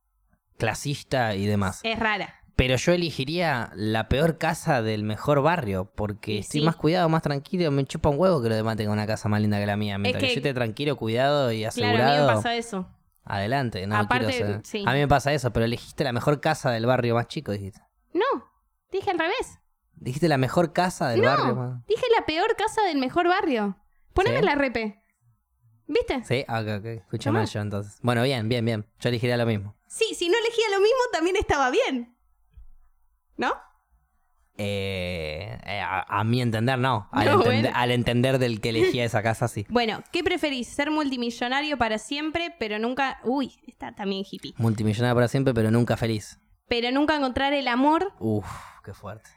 S2: clasista y demás.
S1: Es rara.
S2: Pero yo elegiría la peor casa del mejor barrio, porque
S1: Y
S2: estoy
S1: sí.
S2: más cuidado, más tranquilo. Me chupa un huevo que los demás tengan una casa más linda que la mía. Mientras que,
S1: que-
S2: yo esté tranquilo, cuidado y
S1: Claro,
S2: asegurado.
S1: a mí me pasa eso.
S2: Adelante, no
S1: Aparte,
S2: quiero ser-
S1: sí.
S2: A mí me pasa eso, pero elegiste la mejor casa del barrio más chico, dijiste.
S1: No, dije al revés.
S2: Dijiste la mejor casa del
S1: No.
S2: barrio más.
S1: Dije la peor casa del mejor barrio. Poneme
S2: Sí.
S1: la repe. ¿Viste?
S2: Sí, ah, ok, ok. Escucha
S1: ¿Cómo?
S2: mal yo entonces. Bueno, bien, bien, bien. Yo elegiría lo mismo.
S1: Sí, si no elegía lo mismo, también estaba bien. ¿No?
S2: Eh, eh, a, a mi entender, no. Al,
S1: No,
S2: entende-
S1: bueno.
S2: al entender del que elegía esa casa, sí.
S1: Bueno, ¿qué preferís? ¿Ser multimillonario para siempre, pero nunca. Uy, está también hippie.
S2: Multimillonario para siempre, pero nunca feliz.
S1: Pero nunca encontrar el amor.
S2: Uf, qué fuerte.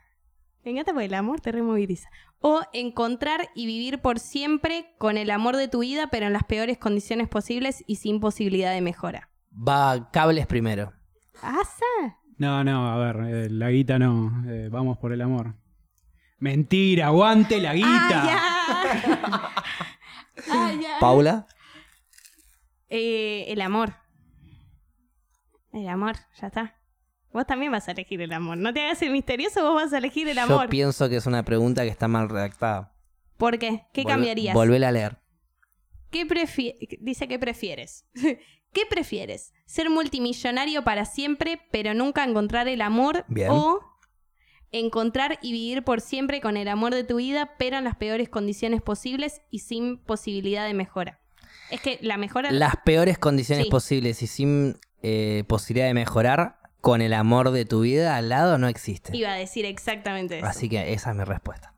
S1: Me encanta porque el amor te removiliza. O encontrar y vivir por siempre con el amor de tu vida, pero en las peores condiciones posibles y sin posibilidad de mejora.
S2: Va cables primero.
S1: ¡Asa!
S3: No, no, a ver, eh, la guita no. eh, vamos por el amor. Mentira, aguante la guita.
S1: ¡Ah, ya! ¡Ah, ya!
S2: Paula.
S1: Eh, el amor. El amor, ya está. Vos también vas a elegir el amor. No te hagas el misterioso, vos vas a elegir el
S2: Yo
S1: amor.
S2: pienso que es una pregunta que está mal redactada.
S1: ¿Por qué? ¿Qué
S2: Volve-
S1: cambiarías?
S2: Volvela a leer.
S1: ¿Qué prefi- Dice que prefieres. ¿Qué prefieres? ¿Ser multimillonario para siempre, pero nunca encontrar el amor?
S2: Bien.
S1: ¿O encontrar y vivir por siempre con el amor de tu vida, pero en las peores condiciones posibles y sin posibilidad de mejora? Es que la mejora...
S2: Las peores condiciones
S1: Sí.
S2: posibles y sin eh, posibilidad de mejorar, con el amor de tu vida al lado no existe.
S1: Iba a decir exactamente eso.
S2: Así que esa es mi respuesta.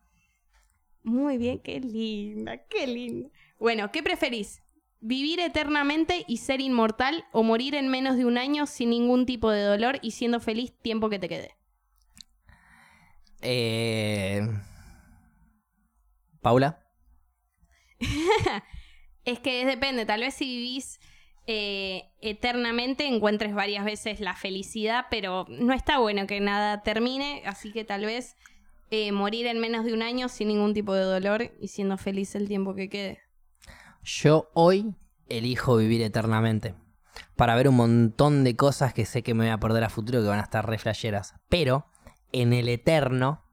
S1: Muy bien, qué linda, qué linda. Bueno, ¿qué preferís? ¿Vivir eternamente y ser inmortal o morir en menos de un año sin ningún tipo de dolor y siendo feliz tiempo que te quede?
S2: Eh, Paula.
S1: Es que es- depende, tal vez si vivís eh, eternamente encuentres varias veces la felicidad, pero no está bueno que nada termine, así que tal vez eh, morir en menos de un año sin ningún tipo de dolor y siendo feliz el tiempo que quede.
S2: Yo hoy elijo vivir eternamente. Para ver un montón de cosas que sé que me voy a perder a futuro que van a estar re flasheras. Pero en el eterno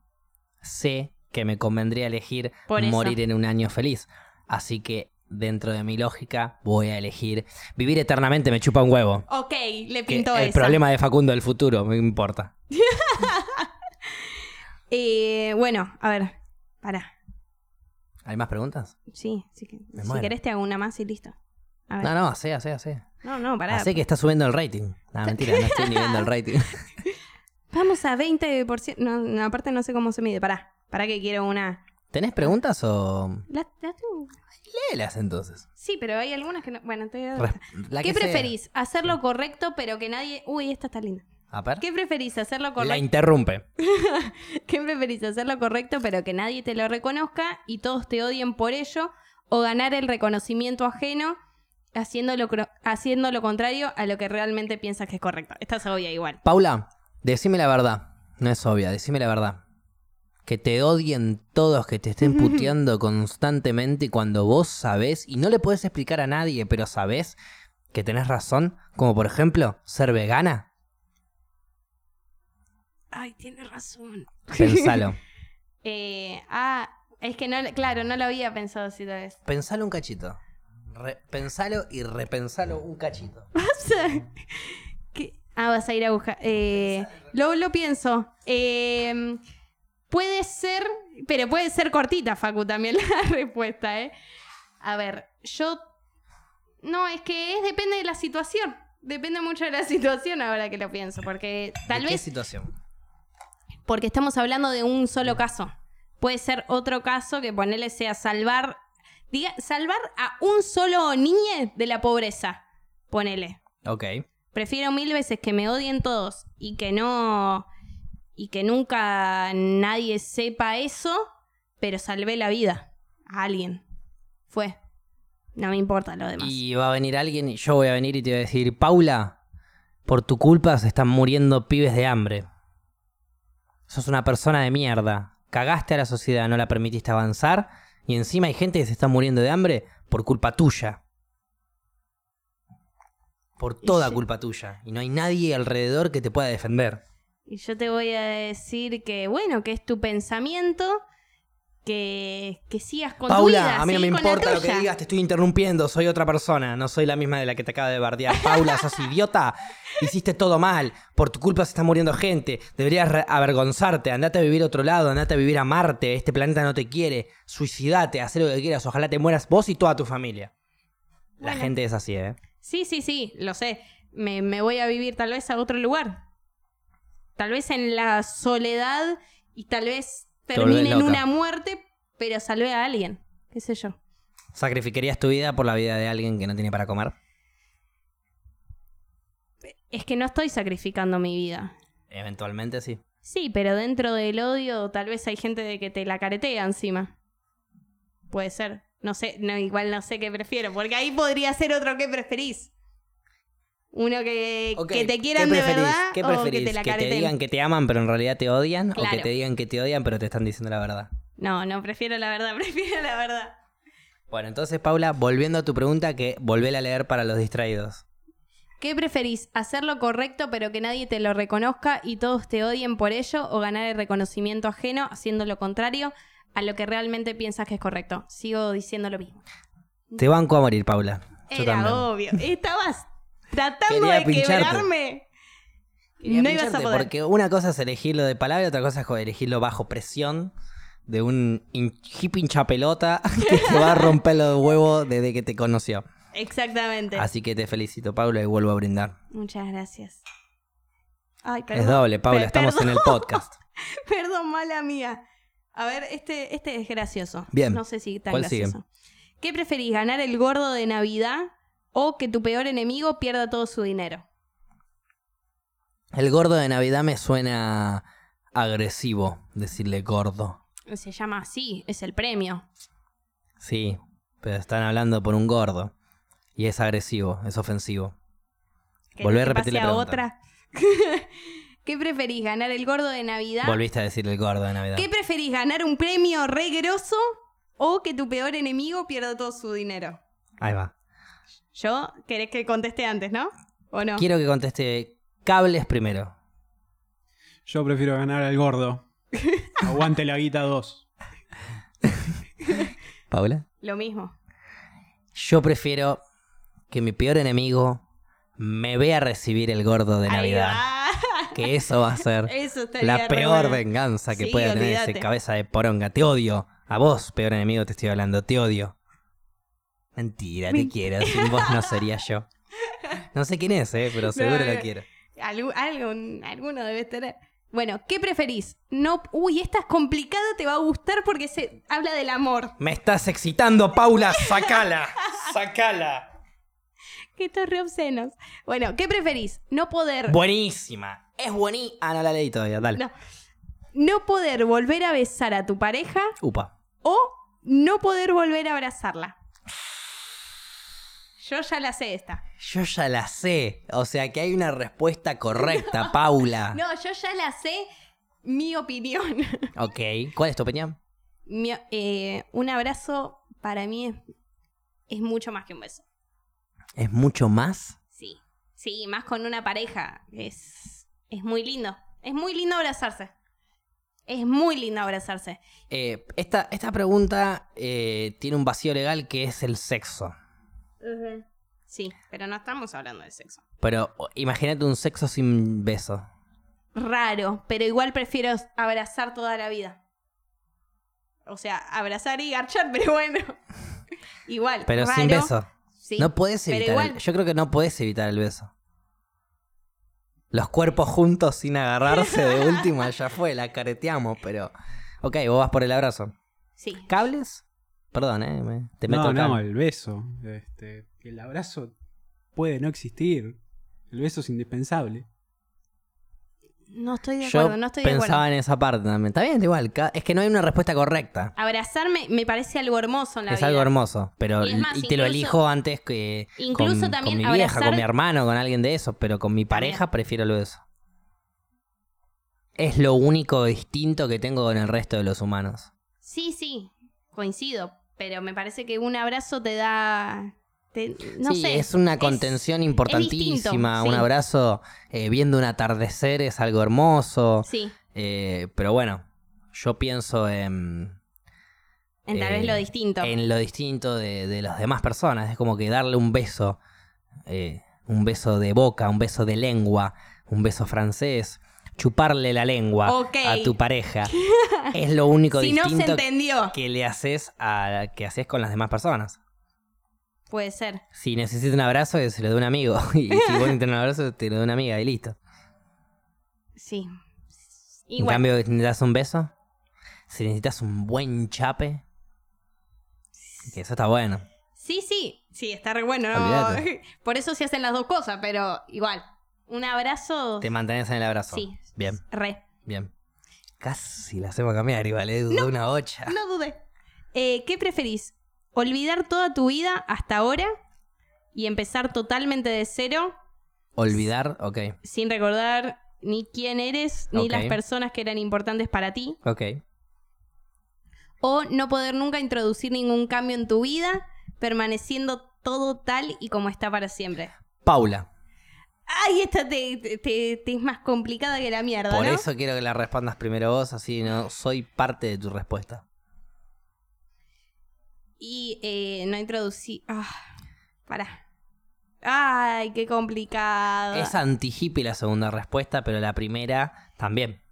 S2: sé que me convendría elegir
S1: Por eso.
S2: morir en un año feliz. Así que dentro de mi lógica voy a elegir vivir eternamente me chupa un huevo.
S1: Ok, le
S2: Que
S1: pintó
S2: el
S1: esa.
S2: problema de Facundo del futuro, me importa.
S1: Eh, bueno, a ver, pará.
S2: ¿Hay más preguntas?
S1: Sí, sí que,
S2: Me
S1: si
S2: muero.
S1: querés te hago una más y listo. A ver.
S2: No, no, así, así, así.
S1: No, no, pará.
S2: Así que está subiendo el rating. No, mentira, no estoy ni viendo el rating.
S1: Vamos a 20%. No, no, aparte no sé cómo se mide. Pará, pará que quiero una...
S2: ¿Tenés preguntas o...?
S1: La- la tengo.
S2: Léelas entonces.
S1: Sí, pero hay algunas que no... Bueno, te voy a dar
S2: Res-
S1: esta.
S2: la
S1: ¿Qué
S2: que sea.
S1: preferís? ¿Hacer lo correcto pero que nadie... Uy, esta está linda.
S2: A ver.
S1: ¿Qué preferís? ¿Hacer lo
S2: La
S1: correcto?
S2: interrumpe.
S1: ¿Qué preferís? ¿Hacer lo correcto pero que nadie te lo reconozca y todos te odien por ello? ¿O ganar el reconocimiento ajeno haciendo lo, cro- haciendo lo contrario a lo que realmente piensas que es correcto? Esta es obvia igual.
S2: Paula, decime la verdad. No es obvia, decime la verdad. Que te odien todos, que te estén puteando constantemente y cuando vos sabés, y no le podés explicar a nadie, pero sabés que tenés razón, como por ejemplo, ser vegana.
S1: Ay, tienes razón.
S2: Pensalo.
S1: Eh, ah, es que no, claro, no lo había pensado así tal vez.
S2: Pensalo un cachito. Re- pensalo y repensalo un cachito.
S1: ¿Qué? Ah, vas a ir a buscar. Eh, lo, lo pienso. Eh, Puede ser, pero puede ser cortita, Facu, también la respuesta, ¿eh? A ver, yo... No, es que es, depende de la situación. Depende mucho de la situación ahora que lo pienso, porque tal
S2: ¿De ¿Qué
S1: vez
S2: situación?
S1: porque estamos hablando de un solo caso. Puede ser otro caso que ponerle sea salvar, diga, salvar a un solo niño de la pobreza. Ponele.
S2: Ok.
S1: Prefiero mil veces que me odien todos y que no y que nunca nadie sepa eso, pero salvé la vida a alguien. Fue. No me importa lo demás.
S2: Y va a venir alguien y yo voy a venir y te voy a decir, Paula, por tu culpa se están muriendo pibes de hambre. Sos una persona de mierda. Cagaste a la sociedad, no la permitiste avanzar. Y encima hay gente que se está muriendo de hambre por culpa tuya. Por
S1: Y
S2: toda
S1: sí.
S2: culpa tuya. Y no hay nadie alrededor que te pueda defender.
S1: Y yo te voy a decir que, bueno, que es tu pensamiento, que, que sigas con tu
S2: Paula,
S1: vida.
S2: a mí no me
S1: seguí con la
S2: importa lo que
S1: tuya.
S2: digas, te estoy interrumpiendo, soy otra persona, no soy la misma de la que te acaba de bardear. Paula, sos idiota, hiciste todo mal, por tu culpa se está muriendo gente, deberías re- avergonzarte, andate a vivir a otro lado, andate a vivir a Marte, este planeta no te quiere, suicidate, haz lo que quieras, ojalá te mueras vos y toda tu familia. La
S1: Bueno.
S2: gente es así, ¿eh?
S1: Sí, sí, sí, lo sé. Me, me voy a vivir tal vez a otro lugar. Tal vez en la soledad y tal vez
S2: volvés
S1: termine en
S2: loca.
S1: una muerte, pero salvé a alguien. ¿Qué sé yo?
S2: ¿Sacrificarías tu vida por la vida de alguien que no tiene para comer?
S1: Es que no estoy sacrificando mi vida.
S2: Eventualmente sí.
S1: Sí, pero dentro del odio tal vez hay gente de que te la caretea encima. Puede ser. No sé, no, igual no sé qué prefiero, porque ahí podría ser otro que preferís. Uno que,
S2: Ok,
S1: que te quieran
S2: ¿qué
S1: de
S2: preferís?
S1: verdad
S2: ¿Qué
S1: o que
S2: preferís?
S1: te la
S2: ¿Que te
S1: careteen.
S2: digan que te aman pero en realidad te odian? ¿O que
S1: Claro.
S2: te digan que te odian pero te están diciendo la verdad?
S1: No, no, prefiero la verdad, prefiero la verdad.
S2: Bueno, entonces, Paula, volviendo a tu pregunta, que volver a leer para los distraídos.
S1: ¿Qué preferís? ¿Hacer lo correcto pero que nadie te lo reconozca y todos te odien por ello o ganar el reconocimiento ajeno haciendo lo contrario a lo que realmente piensas que es correcto? Sigo diciendo lo mismo.
S2: Te banco a morir, Paula. Yo
S1: Era obvio.
S2: también.
S1: Estabas tratando
S2: Quería
S1: de
S2: pincharte.
S1: quebrarme.
S2: Quería
S1: no ibas a
S2: pincharte,
S1: poder.
S2: Porque una cosa es elegirlo de palabra, otra cosa es co- elegirlo bajo presión de un hin- hippie hincha pelota que te va a romper los huevos desde que te conoció.
S1: Exactamente.
S2: Así que te felicito, Paula, y vuelvo a brindar.
S1: Muchas gracias. Ay,
S2: es
S1: perdón.
S2: doble, Paula,
S1: Pe-
S2: estamos en el podcast.
S1: Perdón, mala mía. A ver, este, este es gracioso.
S2: Bien.
S1: No sé si tan
S2: ¿Cuál
S1: gracioso. ¿Qué preferís, ganar el gordo de Navidad o que tu peor enemigo pierda todo su dinero?
S2: El gordo de Navidad me suena agresivo decirle gordo.
S1: Se llama así, es el premio.
S2: Sí, pero están hablando por un gordo. Y es agresivo, es ofensivo.
S1: Que
S2: Volvé
S1: no
S2: a
S1: te
S2: repetir la
S1: pase a
S2: pregunta.
S1: otra. ¿Qué preferís, ganar el gordo de Navidad?
S2: Volviste a decir el gordo de Navidad.
S1: ¿Qué preferís, ganar un premio re grosso o que tu peor enemigo pierda todo su dinero?
S2: Ahí va.
S1: Yo, querés que conteste antes, ¿no? ¿O no?
S2: Quiero que conteste cables primero.
S3: Yo prefiero ganar al gordo. Aguante la guita 2.
S2: Paula.
S1: Lo mismo.
S2: Yo prefiero que mi peor enemigo me vea recibir el gordo de
S1: Ahí
S2: Navidad.
S1: va.
S2: Que eso va a ser
S1: Eso estaría
S2: la
S1: re
S2: peor
S1: bueno.
S2: venganza que
S1: Sí,
S2: pueda tener ese
S1: olvídate.
S2: cabeza de poronga. Te odio. A vos, peor enemigo, te estoy hablando. Te odio. Mentira, te quiero. Sin vos no sería yo. No sé quién es, eh, pero seguro
S1: no,
S2: lo
S1: no.
S2: quiero.
S1: Algu- algún- alguno debes tener. Bueno, ¿qué preferís? No, uy, esta es complicada, te va a gustar porque se habla del amor.
S2: Me estás excitando, Paula. Sacala. Sacala.
S1: Que estos re obscenos. Bueno, ¿qué preferís? No poder,
S2: Buenísima. Es buenísima. Ah, no la leí todavía. Dale.
S1: No. no poder volver a besar a tu pareja
S2: Upa.
S1: o no poder volver a abrazarla. Yo ya la sé esta.
S2: Yo ya la sé. O sea que hay una respuesta correcta, Paula.
S1: No, yo ya la sé mi opinión.
S2: Ok. ¿Cuál es tu opinión?
S1: Mi- eh, un abrazo para mí es, es mucho más que un beso.
S2: ¿Es mucho más?
S1: Sí, sí, más con una pareja. Es, es muy lindo. Es muy lindo abrazarse. Es muy lindo abrazarse.
S2: Eh, esta, esta pregunta eh, tiene un vacío legal que es el sexo.
S1: Sí, pero no estamos hablando de sexo.
S2: Pero o, imagínate un sexo sin beso.
S1: raro, pero igual prefiero abrazar toda la vida. O sea, abrazar y garchar, pero bueno. igual.
S2: Pero
S1: raro,
S2: sin beso.
S1: sí,
S2: No puedes
S1: pero
S2: evitar. el-
S1: igual-
S2: yo creo que no puedes evitar el beso. Los cuerpos juntos sin agarrarse de última, ya fue, la careteamos, pero. Ok, vos vas por el abrazo.
S1: Sí.
S2: ¿Cables? Perdón, eh. me- te meto
S3: No,
S2: el
S3: no,
S2: cable.
S3: el beso. Este, el abrazo puede no existir. El beso es indispensable.
S1: No estoy de
S2: Yo
S1: acuerdo, no estoy de
S2: pensaba
S1: acuerdo.
S2: en esa parte también. Está bien, igual. ca- Es que no hay una respuesta correcta.
S1: Abrazarme me parece algo hermoso en la
S2: Es
S1: vida.
S2: algo hermoso, pero
S1: Y
S2: y,
S1: es más,
S2: te lo
S1: incluso-
S2: elijo antes que con-
S1: Incluso
S2: con,
S1: también
S2: mi
S1: abrazar,
S2: vieja, con mi hermano, con alguien de esos, pero con mi pareja prefiero lo de eso. Es lo único distinto que tengo con el resto de los humanos.
S1: Sí, sí, coincido, pero me parece que un abrazo te da... te- no
S2: sí,
S1: sé.
S2: es una contención importantísima.
S1: distinto,
S2: Un
S1: sí.
S2: abrazo eh, viendo un atardecer es algo hermoso.
S1: Sí,
S2: eh, pero bueno, yo pienso en...
S1: en tal
S2: Eh,
S1: vez lo distinto.
S2: en lo distinto de, de las demás personas. Es como que darle un beso, eh, un beso de boca, un beso de lengua, un beso francés, chuparle la lengua
S1: Ok.
S2: a tu pareja. es lo único
S1: Si no se
S2: distinto
S1: entendió,
S2: que le haces a que haces con las demás personas.
S1: puede ser.
S2: Si necesitas un abrazo, que se lo de un amigo. Y si vos necesitas un abrazo, te lo de una amiga y listo.
S1: Sí.
S2: En
S1: Igual.
S2: cambio, si necesitas un beso, si necesitas un buen chape, que eso está bueno.
S1: Sí, sí, sí, está re bueno. ¿no?
S2: Olvídate.
S1: Por eso se hacen las dos cosas, pero igual. Un abrazo.
S2: Te mantenés en el abrazo.
S1: Sí.
S2: Bien.
S1: Re.
S2: Bien. Casi la hacemos cambiar, igual, es una bocha.
S1: No dudé. Eh, ¿Qué preferís? ¿Olvidar toda tu vida hasta ahora y empezar totalmente de cero
S2: Olvidar, ok.
S1: sin recordar ni quién eres ni
S2: Ok.
S1: las personas que eran importantes para ti?
S2: Ok.
S1: ¿O no poder nunca introducir ningún cambio en tu vida permaneciendo todo tal y como está para siempre?
S2: Paula,
S1: Ay, esta te, te- te- te es más complicada que la mierda,
S2: por
S1: ¿no?
S2: eso quiero que la respondas primero vos, así no soy parte de tu respuesta.
S1: Y eh, no introducí. Ah, pará. Ay, qué complicado.
S2: Es anti-hippie la segunda respuesta, pero la primera también.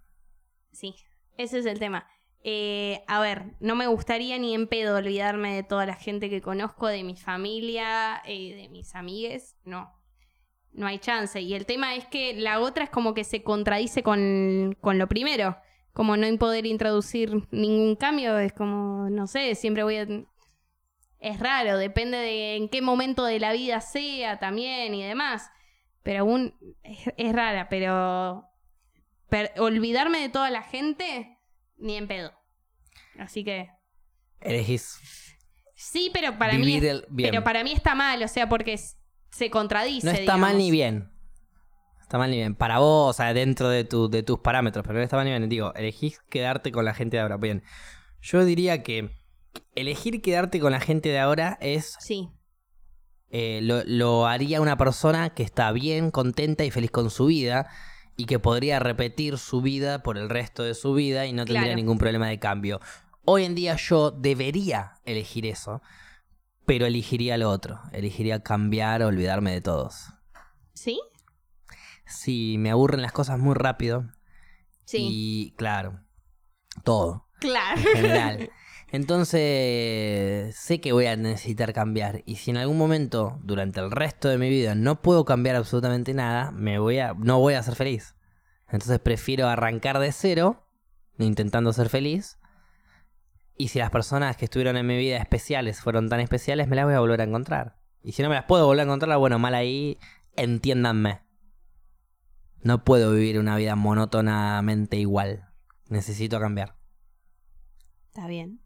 S1: Sí, ese es el tema. Eh, a ver, no me gustaría ni en pedo olvidarme de toda la gente que conozco, de mi familia, eh, de mis amigues. No. No hay chance. Y el tema es que la otra es como que se contradice con, con lo primero. Como no poder introducir ningún cambio, es como, no sé, siempre voy a. Es raro, depende de en qué momento de la vida sea también y demás. Pero aún es- es rara, pero per- olvidarme de toda la gente, ni en pedo. Así que
S2: Elegís
S1: sí, pero para mí
S2: vivir
S1: es-
S2: el bien.
S1: pero para mí está mal, o sea, porque es- se contradice.
S2: no está mal
S1: digamos.
S2: ni bien. Está mal ni bien. Para vos, o sea, dentro de, tu, de tus parámetros, pero no está mal ni bien. Digo, elegís quedarte con la gente de ahora. Bien. Yo diría que elegir quedarte con la gente de ahora es
S1: Sí,
S2: eh, lo, lo haría una persona que está bien, contenta y feliz con su vida y que podría repetir su vida por el resto de su vida y no tendría
S1: Claro.
S2: ningún problema de cambio. Hoy en día yo debería elegir eso, pero elegiría lo otro. Elegiría cambiar o olvidarme de todos.
S1: sí,
S2: Sí, me aburren las cosas muy rápido.
S1: sí,
S2: Y claro, todo
S1: claro.
S2: en general. Entonces, sé que voy a necesitar cambiar. Y si en algún momento, durante el resto de mi vida, no puedo cambiar absolutamente nada, me voy a, no voy a ser feliz. Entonces prefiero arrancar de cero, intentando ser feliz. Y si las personas que estuvieron en mi vida especiales fueron tan especiales, me las voy a volver a encontrar. Y si no me las puedo volver a encontrar, bueno, mal ahí, entiéndanme. No puedo vivir una vida monótonamente igual. Necesito cambiar.
S1: Está bien.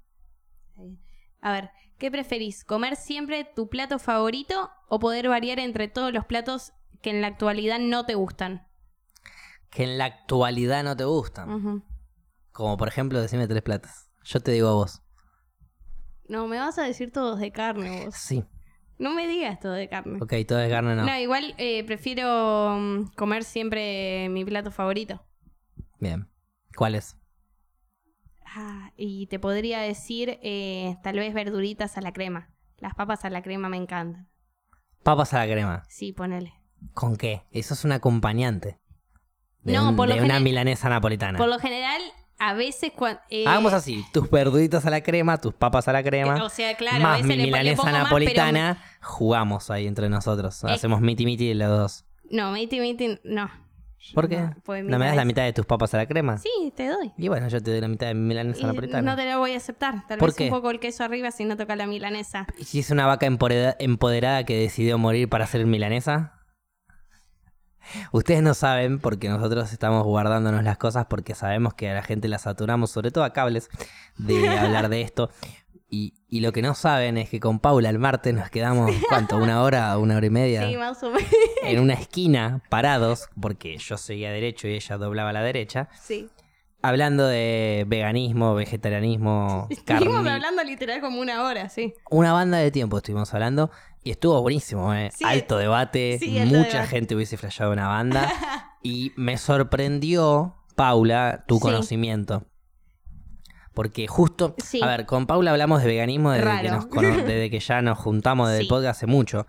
S1: Está bien. A ver, ¿qué preferís? ¿Comer siempre tu plato favorito o poder variar entre todos los platos que en la actualidad no te gustan?
S2: que en la actualidad no te gustan.
S1: Ujú.
S2: Como por ejemplo, decime tres platas. Yo te digo a vos.
S1: No, me vas a decir todos de carne vos.
S2: Sí.
S1: No me digas todo de carne.
S2: Ok, todo es carne, no.
S1: No, igual eh, prefiero mm, comer siempre mi plato favorito.
S2: Bien. ¿Cuál es?
S1: Ah, y te podría decir eh, tal vez verduritas a la crema. Las papas a la crema me encantan.
S2: Papas a la crema.
S1: Sí, ponele.
S2: ¿Con qué? Eso es un acompañante. De,
S1: No,
S2: un-
S1: por lo
S2: de una
S1: general-
S2: milanesa napolitana.
S1: Por lo general, a veces eh, cuando.
S2: Hagamos así, tus perditos a la crema, tus papas a la crema,
S1: eh, O sea, claro, a
S2: más
S1: veces
S2: mi
S1: le, le
S2: milanesa
S1: pongo más, Eh.
S2: napolitana, jugamos ahí entre nosotros. Hacemos miti miti de los dos.
S1: pero- No, miti, miti, no.
S2: ¿Por qué?
S1: No,
S2: ¿No,
S1: pues,
S2: me das
S1: mira,
S2: la
S1: es-
S2: mitad de tus papas a la crema?
S1: Sí, te doy.
S2: Y bueno, yo te doy la mitad de mi milanesa
S1: Y
S2: napolitana.
S1: no te lo voy a aceptar. Tal
S2: ¿Por
S1: vez
S2: qué?
S1: un poco el queso arriba si no toca la milanesa.
S2: ¿Y si es una vaca emporeda- empoderada que decidió morir para ser milanesa? Ustedes no saben porque nosotros estamos guardándonos las cosas porque sabemos que a la gente la saturamos, sobre todo a cables, de hablar de esto. Y, y lo que no saben es que con Paula el martes nos quedamos, ¿cuánto? ¿Una hora? ¿Una hora y media?
S1: Sí, más o menos.
S2: En una esquina, parados, porque yo seguía derecho y ella doblaba a la derecha,
S1: Sí.
S2: hablando de veganismo, vegetarianismo,
S1: Estuvimos
S2: carne
S1: hablando literal como una hora, sí.
S2: una banda de tiempo estuvimos hablando y estuvo buenísimo, ¿eh?
S1: Sí,
S2: alto debate,
S1: sí, alto
S2: mucha
S1: debate.
S2: gente hubiese flashado una banda y me sorprendió, Paula, tu
S1: Sí.
S2: conocimiento. Porque justo,
S1: Sí.
S2: a ver, con Paula hablamos de veganismo desde, que,
S1: Raro.
S2: nos cono- desde que ya nos juntamos desde
S1: Sí.
S2: el podcast hace mucho,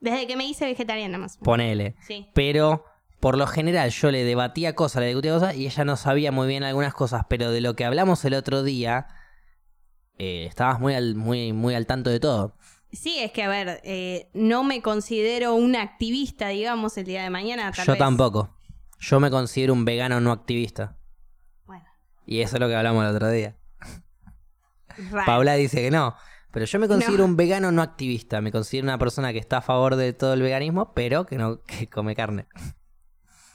S1: Desde que me hice vegetariana más. o menos.
S2: ponele.
S1: Sí.
S2: Pero por lo general yo le debatía cosas, le discutía cosas y ella no sabía muy bien algunas cosas, pero de lo que hablamos el otro día, eh, estabas muy al, muy, muy al tanto de todo.
S1: Sí, es que a ver, eh, no me considero una activista, digamos, el día de mañana. tal
S2: Yo
S1: vez.
S2: tampoco. Yo me considero un vegano no activista.
S1: Bueno,
S2: Y eso es lo que hablamos el otro día.
S1: raro.
S2: Paula dice que no. Pero yo me considero un vegano no activista. Me considero una persona que está a favor de todo el veganismo, pero que no que come carne.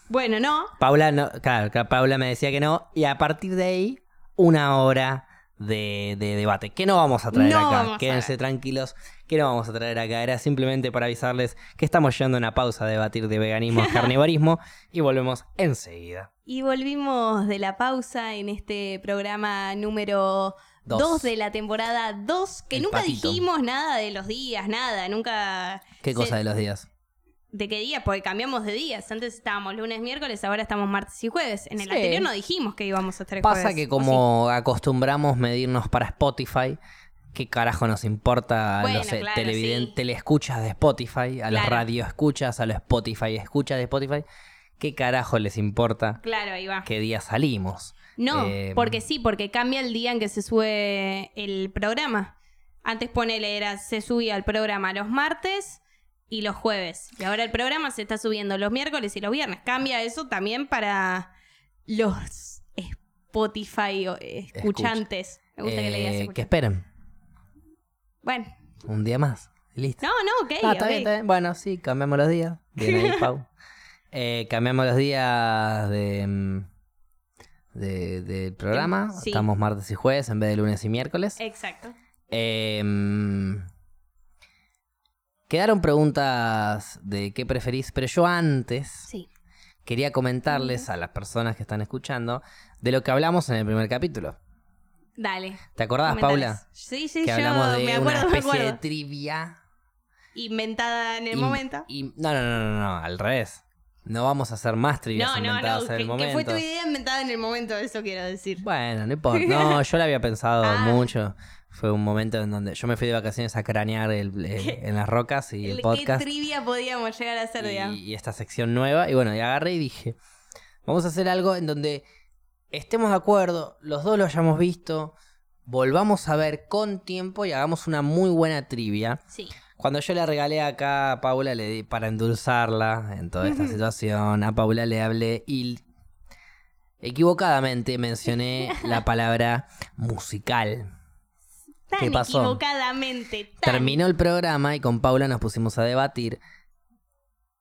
S1: Bueno, no.
S2: Paula no, claro, claro, Paula me decía que no. Y a partir de ahí, una hora de, de debate. Que no vamos a traer
S1: No
S2: acá.
S1: vamos a
S2: Quédense
S1: ver.
S2: tranquilos. Que no vamos a traer acá. Era simplemente para avisarles que estamos yendo a una pausa de debatir de veganismo y carnivorismo. Y volvemos enseguida.
S1: Y volvimos de la pausa en este programa número
S2: Dos.
S1: 2 de la temporada 2, que
S2: El
S1: nunca
S2: patito.
S1: dijimos nada de los días, nada, nunca...
S2: ¿Qué
S1: se-
S2: cosa de los días?
S1: ¿De qué día? Porque cambiamos de días. Antes estábamos lunes, miércoles, ahora estamos martes y jueves. En el
S2: Sí.
S1: anterior no dijimos que íbamos a estar
S2: Pasa
S1: jueves,
S2: que
S1: ¿o
S2: como acostumbramos medirnos para Spotify, ¿qué carajo nos importa a
S1: Bueno,
S2: los eh,
S1: claro,
S2: televiden-
S1: sí.
S2: teleescuchas de Spotify, a los
S1: Claro.
S2: radioescuchas, a los Spotify escuchas de Spotify? ¿Qué carajo les importa
S1: sí? Claro, ahí va.
S2: qué día salimos?
S1: No,
S2: Eh,
S1: porque sí, porque cambia el día en que se sube el programa. Antes ponele, era, se subía el programa los martes y los jueves. Y ahora el programa se está subiendo los miércoles y los viernes. Cambia eso también para los Spotify o- eh, escuchantes. Me gusta que le digas
S2: Eh, que
S1: escuchantes.
S2: esperen,
S1: Bueno,
S2: un día más. Listo.
S1: no, no, ok.
S2: Ah, está
S1: ok.
S2: bien, está bien. Bueno, sí, cambiamos los días. Bien ahí, Pau. Eh, cambiamos los días de, mm, de- del programa.
S1: Sí.
S2: Estamos martes y jueves en vez de lunes y miércoles.
S1: Exacto.
S2: Em, quedaron preguntas de qué preferís, pero yo antes
S1: Sí.
S2: quería comentarles a las personas que están escuchando de lo que hablamos en el primer capítulo.
S1: Dale.
S2: ¿Te acordás,
S1: comentales.
S2: Paula?
S1: Sí, sí,
S2: Que
S1: yo
S2: hablamos de
S1: me
S2: una
S1: acuerdo, me
S2: especie de
S1: acuerdo.
S2: trivia.
S1: Inventada en el
S2: in-
S1: momento.
S2: in- no, no, no, no, no, al revés. No vamos a hacer más trivias
S1: No, no,
S2: inventadas
S1: no.
S2: en
S1: Que,
S2: el
S1: que fue
S2: momento.
S1: tu idea inventada en el momento, eso quiero decir.
S2: Bueno, no importa. No, yo la había pensado
S1: Ah.
S2: mucho. Fue un momento en donde yo me fui de vacaciones a cranear el- el- en las rocas y el,
S1: El-
S2: podcast.
S1: ¿Qué trivia podíamos llegar a hacer, digamos?
S2: y, y esta sección nueva. Y bueno, y agarré y dije, vamos a hacer algo en donde estemos de acuerdo, los dos lo hayamos visto, volvamos a ver con tiempo y hagamos una muy buena trivia.
S1: Sí.
S2: Cuando yo le regalé acá a Paula, le di para endulzarla en toda esta situación, a Paula le hablé y equivocadamente mencioné la palabra musical.
S1: Tan
S2: ¿Qué pasó?
S1: equivocadamente. tan-
S2: Terminó el programa y con Paula nos pusimos a debatir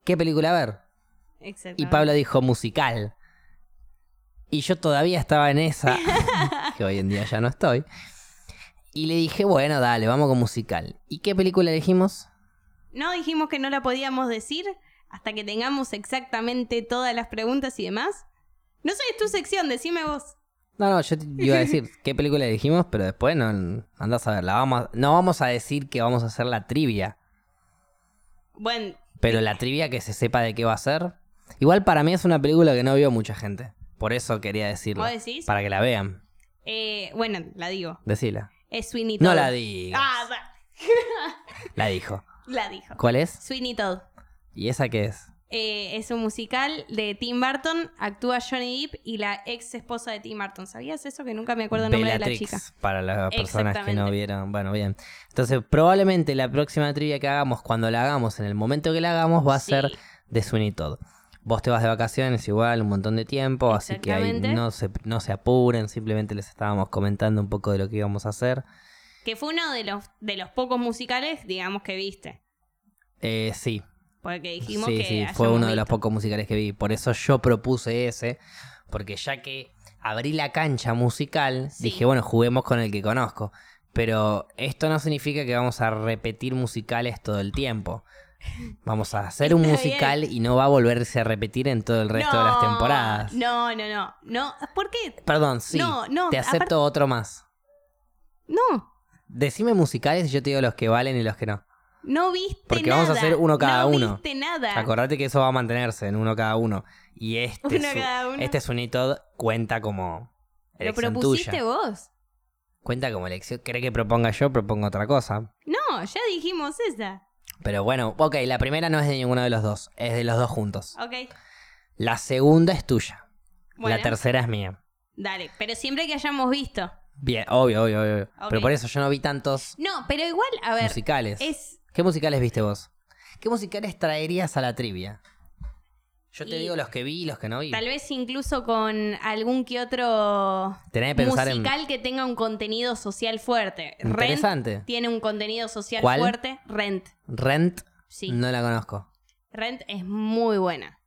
S2: qué película ver. Y
S1: Exactamente.
S2: Pablo dijo musical. Y yo todavía estaba en esa, que hoy en día ya no estoy. Y le dije, bueno, dale, vamos con musical. ¿Y qué película elegimos?
S1: No dijimos que no la podíamos decir hasta que tengamos exactamente todas las preguntas y demás. No sé, es tu sección, decime vos.
S2: No, no, yo te iba a decir qué película elegimos, pero después no andás a verla. Vamos a- no vamos a decir que vamos a hacer la trivia,
S1: Bueno,
S2: pero la trivia que se sepa de qué va a ser. Igual para mí es una película que no vio mucha gente. Por eso quería decirlo.
S1: ¿Vos decís?
S2: Para que la vean.
S1: eh, bueno, la digo.
S2: Decila.
S1: Es Sweeney Todd.
S2: No la digas.
S1: Ah, va.
S2: La dijo.
S1: la dijo.
S2: ¿Cuál es?
S1: Sweeney Todd.
S2: ¿Y esa qué es?
S1: Eh, es un musical de Tim Burton, actúa Johnny Depp y la ex esposa de Tim Burton. ¿Sabías eso? Que nunca me acuerdo el nombre
S2: Bellatrix,
S1: de la chica.
S2: Para las personas que no
S1: Exactamente.
S2: vieron. Bueno, bien. Entonces, probablemente la próxima trivia que hagamos, cuando la hagamos, en el momento que la hagamos, va a
S1: Sí.
S2: ser de Sweeney Todd. Vos te vas de vacaciones igual un montón de tiempo, así que ahí
S1: Exactamente.
S2: no se, no se apuren, simplemente les estábamos comentando un poco de lo que íbamos a hacer.
S1: Que fue uno de los, de los pocos musicales, digamos, que viste.
S2: Eh, sí,
S1: Porque dijimos
S2: sí,
S1: que.
S2: sí, fue
S1: hayamos
S2: uno de los
S1: visto.
S2: pocos musicales que vi. Por eso yo propuse ese, porque ya que abrí la cancha musical,
S1: Sí.
S2: dije, bueno, juguemos con el que conozco. Pero esto no significa que vamos a repetir musicales todo el tiempo. Vamos a hacer un
S1: Está
S2: musical y no va a volverse a repetir en todo el resto de las
S1: No,
S2: temporadas.
S1: No, no, no. no ¿Por qué?
S2: Perdón, sí.
S1: No, no,
S2: te acepto
S1: aparte-
S2: otro más.
S1: No.
S2: Decime musicales y yo te digo los que valen y los que no.
S1: No viste
S2: Porque
S1: nada.
S2: vamos a hacer uno cada
S1: no
S2: uno.
S1: viste nada.
S2: Acordate que eso va a mantenerse en uno cada uno. Y este,
S1: Uno
S2: su-
S1: cada uno.
S2: este Sunitod cuenta como
S1: Lo
S2: elección
S1: propusiste
S2: tuya.
S1: vos.
S2: Cuenta como elección. ¿Cree que proponga yo? Propongo otra cosa.
S1: No, ya dijimos esa.
S2: Pero bueno, ok, la primera no es de ninguno de los dos. Es de los dos juntos.
S1: Ok.
S2: La segunda es tuya.
S1: Bueno,
S2: La tercera es mía.
S1: dale. Pero siempre que hayamos visto.
S2: Bien, obvio, obvio, obvio.
S1: Ok.
S2: Pero por eso yo no vi tantos
S1: No, pero igual, a ver.
S2: musicales.
S1: Es.
S2: ¿Qué musicales viste vos? ¿Qué musicales traerías a la trivia? Yo te
S1: Y-
S2: digo los que vi y los que no vi.
S1: Tal vez incluso con algún que otro
S2: Tenés que pensar Eh, en...
S1: musical que tenga un contenido social fuerte. Rent
S2: Interesante.
S1: tiene un contenido social
S2: ¿Cuál?
S1: fuerte. Rent.
S2: Rent,
S1: Sí.
S2: no la conozco.
S1: Rent es muy buena.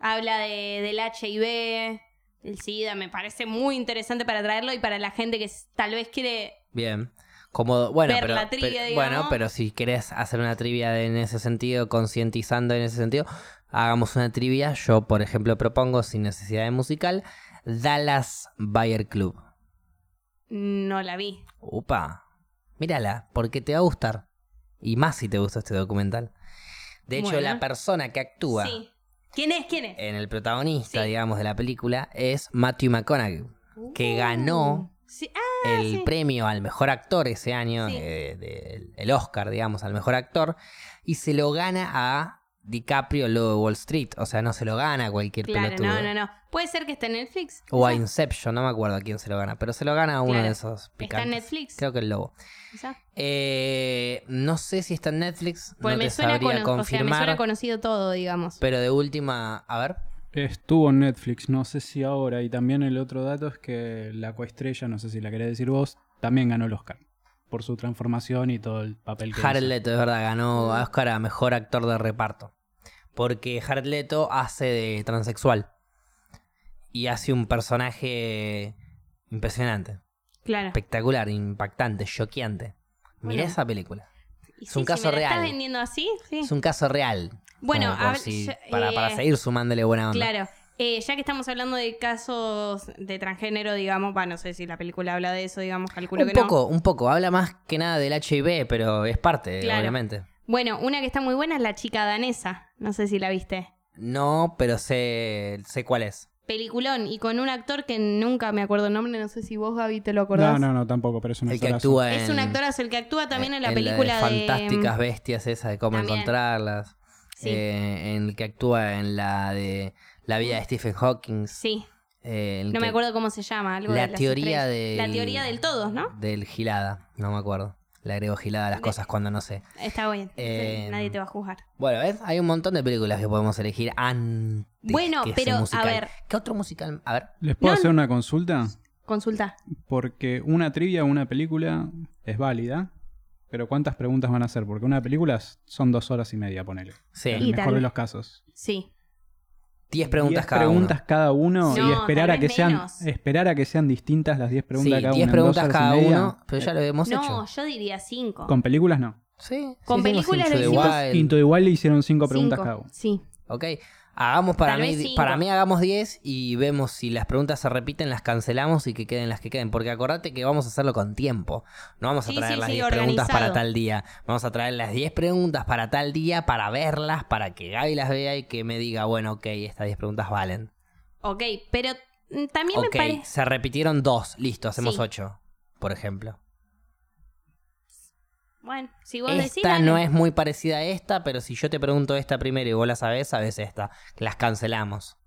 S1: Habla de, del HIV, del SIDA, me parece muy interesante para traerlo y para la gente que s- tal vez quiere...
S2: Bien. Como, bueno,
S1: Ver
S2: pero,
S1: la trivia,
S2: pero-
S1: digamos.
S2: bueno, pero si querés hacer una trivia de- en ese sentido, concientizando en ese sentido, hagamos una trivia. Yo, por ejemplo, propongo, sin necesidad de musical, Dallas Buyer Club.
S1: No la vi.
S2: Upa. Mírala, porque te va a gustar. Y más si te gusta este documental. De hecho,
S1: Bueno.
S2: la persona que actúa
S1: Sí. ¿Quién es? ¿Quién es?
S2: en el protagonista,
S1: Sí.
S2: digamos, de la película es Matthew McConaughey. que ganó
S1: Sí. Ah,
S2: el
S1: sí.
S2: premio al mejor actor ese año,
S1: Sí.
S2: eh, de- el Oscar, digamos, al mejor actor, y se lo gana a DiCaprio luego de Wall Street. O sea, no se lo gana a cualquier
S1: claro,
S2: pelotudo.
S1: no, no, no. Puede ser que esté en Netflix.
S2: O a
S1: quizá.
S2: Inception, no me acuerdo a quién se lo gana, pero se lo gana a uno
S1: Claro.
S2: de esos
S1: Está en
S2: picantes.
S1: Netflix.
S2: Creo que el lobo.
S1: quizá.
S2: Eh, no sé si está en Netflix,
S1: Pues
S2: no
S1: me,
S2: te
S1: suena cono- o
S2: sabría
S1: sea, me
S2: confirmar.
S1: suena conocido todo, digamos.
S2: Pero de última, a ver.
S3: Estuvo en Netflix, no sé si ahora. Y también el otro dato es que la coestrella, no sé si la querés decir vos, también ganó el Oscar. Por su transformación y todo el papel que
S2: Jared
S3: hizo.
S2: Leto, es verdad, ganó a Oscar a mejor actor de reparto. Porque Jared Leto hace de transexual. Y hace un personaje impresionante,
S1: claro.
S2: espectacular, impactante, choqueante.
S1: Bueno.
S2: Mirá esa película.
S1: Y
S2: es
S1: sí,
S2: un
S1: si me
S2: caso
S1: la ¿Estás
S2: real.
S1: vendiendo así? Sí.
S2: Es un caso real.
S1: Bueno,
S2: como por
S1: a ver,
S2: si-
S1: yo-
S2: para, para
S1: eh,
S2: seguir sumándole buena onda.
S1: Claro. Eh, ya que estamos hablando de casos de transgénero, digamos, va, no sé si la película habla de eso, digamos, calculo
S2: Un
S1: que no.
S2: poco, un poco. Habla más que nada del HIV, pero es parte,
S1: Claro.
S2: obviamente.
S1: Bueno, una que está muy buena es la chica danesa. No sé si la viste.
S2: No, pero sé, sé cuál es.
S1: Peliculón y con un actor que nunca me acuerdo el nombre, no sé si vos, Gaby, te lo acordás.
S3: No, no, no, tampoco, pero es un
S2: El que
S3: actorazo.
S2: actúa en...
S1: Es un actorazo el que actúa también en la
S2: Em, de
S1: película de. em,
S2: Fantásticas Bestias, esa de cómo
S1: También.
S2: encontrarlas.
S1: Sí.
S2: Eh, en el que actúa en la de La vida de Stephen Hawking.
S1: Sí,
S2: eh, el
S1: Mm. no me
S2: que-
S1: acuerdo cómo se llama. Algo
S2: La
S1: de las
S2: teoría
S1: estrellas.
S2: del,
S1: La teoría del todo, ¿no?
S2: Del Gilada, no me acuerdo. Le agrego Gilada a las
S1: De-
S2: cosas cuando no sé.
S1: Está bien.
S2: Eh,
S1: Nadie te va a juzgar.
S2: Bueno, ¿ves? Hay un montón de películas que podemos elegir antes
S1: Bueno,
S2: que ese
S1: pero, a
S2: musical.
S1: ver.
S2: ¿Qué otro musical? A ver.
S3: ¿Les puedo
S1: No,
S3: hacer una consulta?
S1: Consulta.
S3: Porque una trivia o una película es válida, pero ¿cuántas preguntas van a hacer? Porque una película s- son dos horas y media, ponele.
S2: Sí.
S3: En
S1: Y
S3: el mejor
S1: tal.
S3: de los casos.
S2: 10 preguntas
S3: Diez
S2: cada
S3: preguntas
S2: uno.
S3: cada uno
S1: No,
S3: y esperar
S1: tal
S3: a que
S1: vez
S3: sean
S1: menos.
S3: esperar a que sean distintas las 10 preguntas
S2: Sí,
S3: cada
S2: 10
S3: uno. en dos
S2: preguntas
S3: horas y
S2: cada
S3: media. eh,
S2: uno, pero ya lo hemos
S1: Sí. No,
S2: hecho.
S1: yo diría cinco.
S3: Con películas no.
S2: Sí.
S1: con
S2: sí, hicimos
S1: películas
S2: Into
S1: lo
S2: the
S1: hicimos.
S2: Wild.
S3: Quinto igual le hicieron cinco preguntas
S1: Cinco.
S3: cada uno.
S1: Sí.
S2: Ok. Hagamos para
S1: Tal
S2: mí,
S1: vez cinco.
S2: para mí hagamos 10 y vemos si las preguntas se repiten, las cancelamos y que queden las que queden. Porque acordate que vamos a hacerlo con tiempo. No vamos a
S1: Sí,
S2: traer
S1: sí,
S2: las
S1: sí,
S2: 10 preguntas para
S1: organizado.
S2: tal día. Vamos a traer las 10 preguntas para tal día para verlas, para que Gaby las vea y que me diga, bueno, ok, estas 10 preguntas valen.
S1: Ok, pero mm, también
S2: Ok,
S1: me parece.
S2: se repitieron dos, listo, hacemos
S1: Sí.
S2: 8, por ejemplo.
S1: Bueno, si vos decís.
S2: Esta
S1: dale.
S2: no es muy parecida a esta, pero si yo te pregunto esta primero y vos la sabés, sabés esta. Las cancelamos.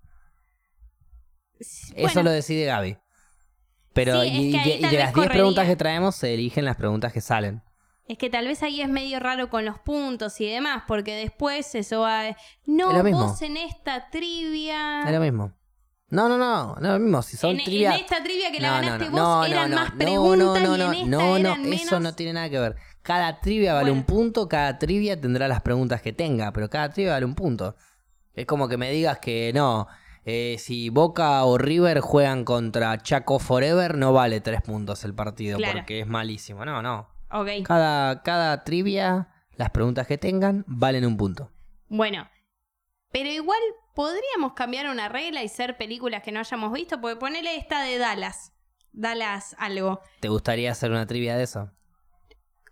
S1: S-
S2: Eso
S1: bueno,
S2: lo decide Gaby. Pero
S1: Sí, es
S2: y,
S1: que ahí
S2: y- y
S1: tal
S2: de
S1: vez
S2: las 10 preguntas
S1: correría.
S2: que traemos se eligen las preguntas que salen.
S1: Es que tal vez ahí es medio raro con los puntos y demás, porque después eso va. eh,
S2: Es
S1: No,
S2: lo mismo.
S1: vos en esta trivia.
S2: Es lo mismo. No, no, no, no es lo mismo. Si son
S1: Ah. en,
S2: trivia.
S1: en esta trivia que la
S2: no, no,
S1: ganaste
S2: no,
S1: vos
S2: no,
S1: eran
S2: no,
S1: más
S2: no,
S1: preguntas
S2: no, no,
S1: y en
S2: no,
S1: esta
S2: no, no,
S1: eran menos.
S2: eso no tiene nada que ver. Cada trivia vale
S1: Bueno.
S2: un punto, cada trivia tendrá las preguntas que tenga, pero cada trivia vale un punto. Es como que me digas que no, eh, si Boca o River juegan contra Chaco Forever, no vale tres puntos el partido
S1: Claro.
S2: porque es malísimo. No, no.
S1: Ok.
S2: Cada, cada trivia, las preguntas que tengan, valen un punto.
S1: Bueno, pero igual podríamos cambiar una regla y ser películas que no hayamos visto, porque ponele esta de Dallas. Dallas algo.
S2: ¿Te gustaría hacer una trivia de eso?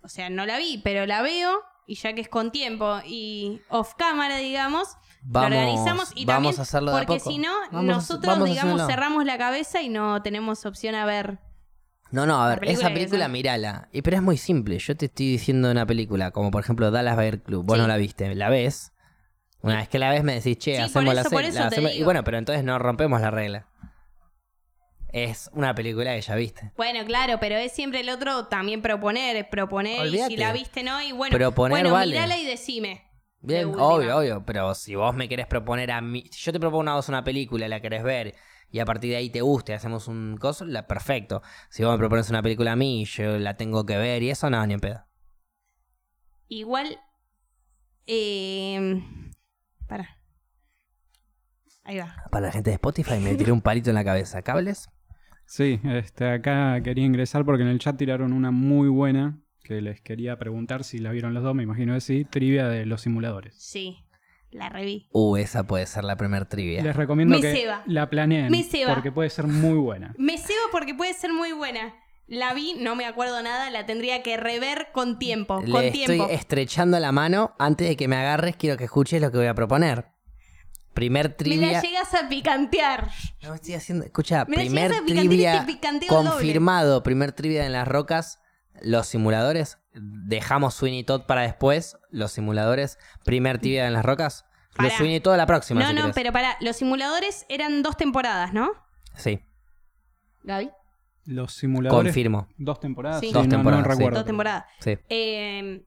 S1: O sea, no la vi, pero la veo y ya que es con tiempo y off cámara, digamos,
S2: Vamos,
S1: lo organizamos y
S2: vamos
S1: también,
S2: a hacerlo de a
S1: porque
S2: poco.
S1: si no,
S2: Vamos a-
S1: nosotros,
S2: vamos a
S1: digamos,
S2: hacerlo.
S1: cerramos la cabeza y no tenemos opción a ver.
S2: No, no, a
S1: La
S2: ver,
S1: película
S2: esa
S1: que
S2: película
S1: son-
S2: mirala. Y, pero es muy simple. Yo te estoy diciendo una película, como por ejemplo Dallas Bayer Club. Vos
S1: Sí.
S2: no la viste, la ves. Una vez que la ves me decís, che,
S1: Sí, por
S2: hacemos la
S1: eso- por
S2: serie,
S1: eso
S2: la
S1: te
S2: hacemos- Y
S1: digo.
S2: bueno, pero entonces no rompemos la regla. Es una película que ya viste.
S1: Bueno, claro, pero es siempre el otro también proponer, proponer y
S2: Olvídate.
S1: si la viste no y bueno,
S2: Proponer
S1: bueno,
S2: vale.
S1: mirala y decime. De
S2: Bien,
S1: última.
S2: obvio, obvio. Pero si vos me querés proponer a mí, si yo te propongo a vos una película, la querés ver y a partir de ahí te guste, hacemos un coso, la, perfecto. Si vos me propones una película a mí y yo la tengo que ver y eso, no, ni en pedo.
S1: Igual. Eh, para. Ahí va.
S2: Para la gente de Spotify me tiré un palito en la cabeza. ¿Cables?
S3: Sí, este, acá quería ingresar porque en el chat tiraron una muy buena que les quería preguntar si la vieron los dos, me imagino que sí, trivia de los simuladores.
S1: Sí, la reví.
S2: Uh, esa puede ser la primer trivia.
S3: Les recomiendo
S1: Me
S3: que
S1: ceba.
S3: la planeen
S1: Me ceba.
S3: porque puede ser muy buena.
S1: Me cebo porque puede ser muy buena. La vi, no me acuerdo nada, la tendría que rever con tiempo.
S2: Le
S1: con
S2: estoy
S1: tiempo.
S2: estrechando la mano. Antes de que me agarres, quiero que escuches lo que voy a proponer. Primer
S1: Me la
S2: trivia.
S1: llegas a picantear.
S2: No estoy haciendo. Escucha,
S1: Me la
S2: primer
S1: llegas a picantear y
S2: trivia
S1: te picanteo el doble.
S2: confirmado. Primer trivia en las rocas. Los simuladores. Dejamos Sweeney Todd para después. Los simuladores. Primer trivia en las rocas. Los
S1: Pará.
S2: Sweeney Todd a la próxima.
S1: No,
S2: si
S1: no,
S2: querés.
S1: pero para, los simuladores eran dos temporadas, ¿no?
S2: Sí,
S1: Gaby.
S3: Los simuladores.
S2: confirmo.
S3: Dos temporadas.
S1: Sí.
S3: Sí,
S1: Dos
S3: no- no
S2: temporadas, sí.
S3: recuerdo.
S1: Dos temporadas.
S2: Sí.
S1: Eh,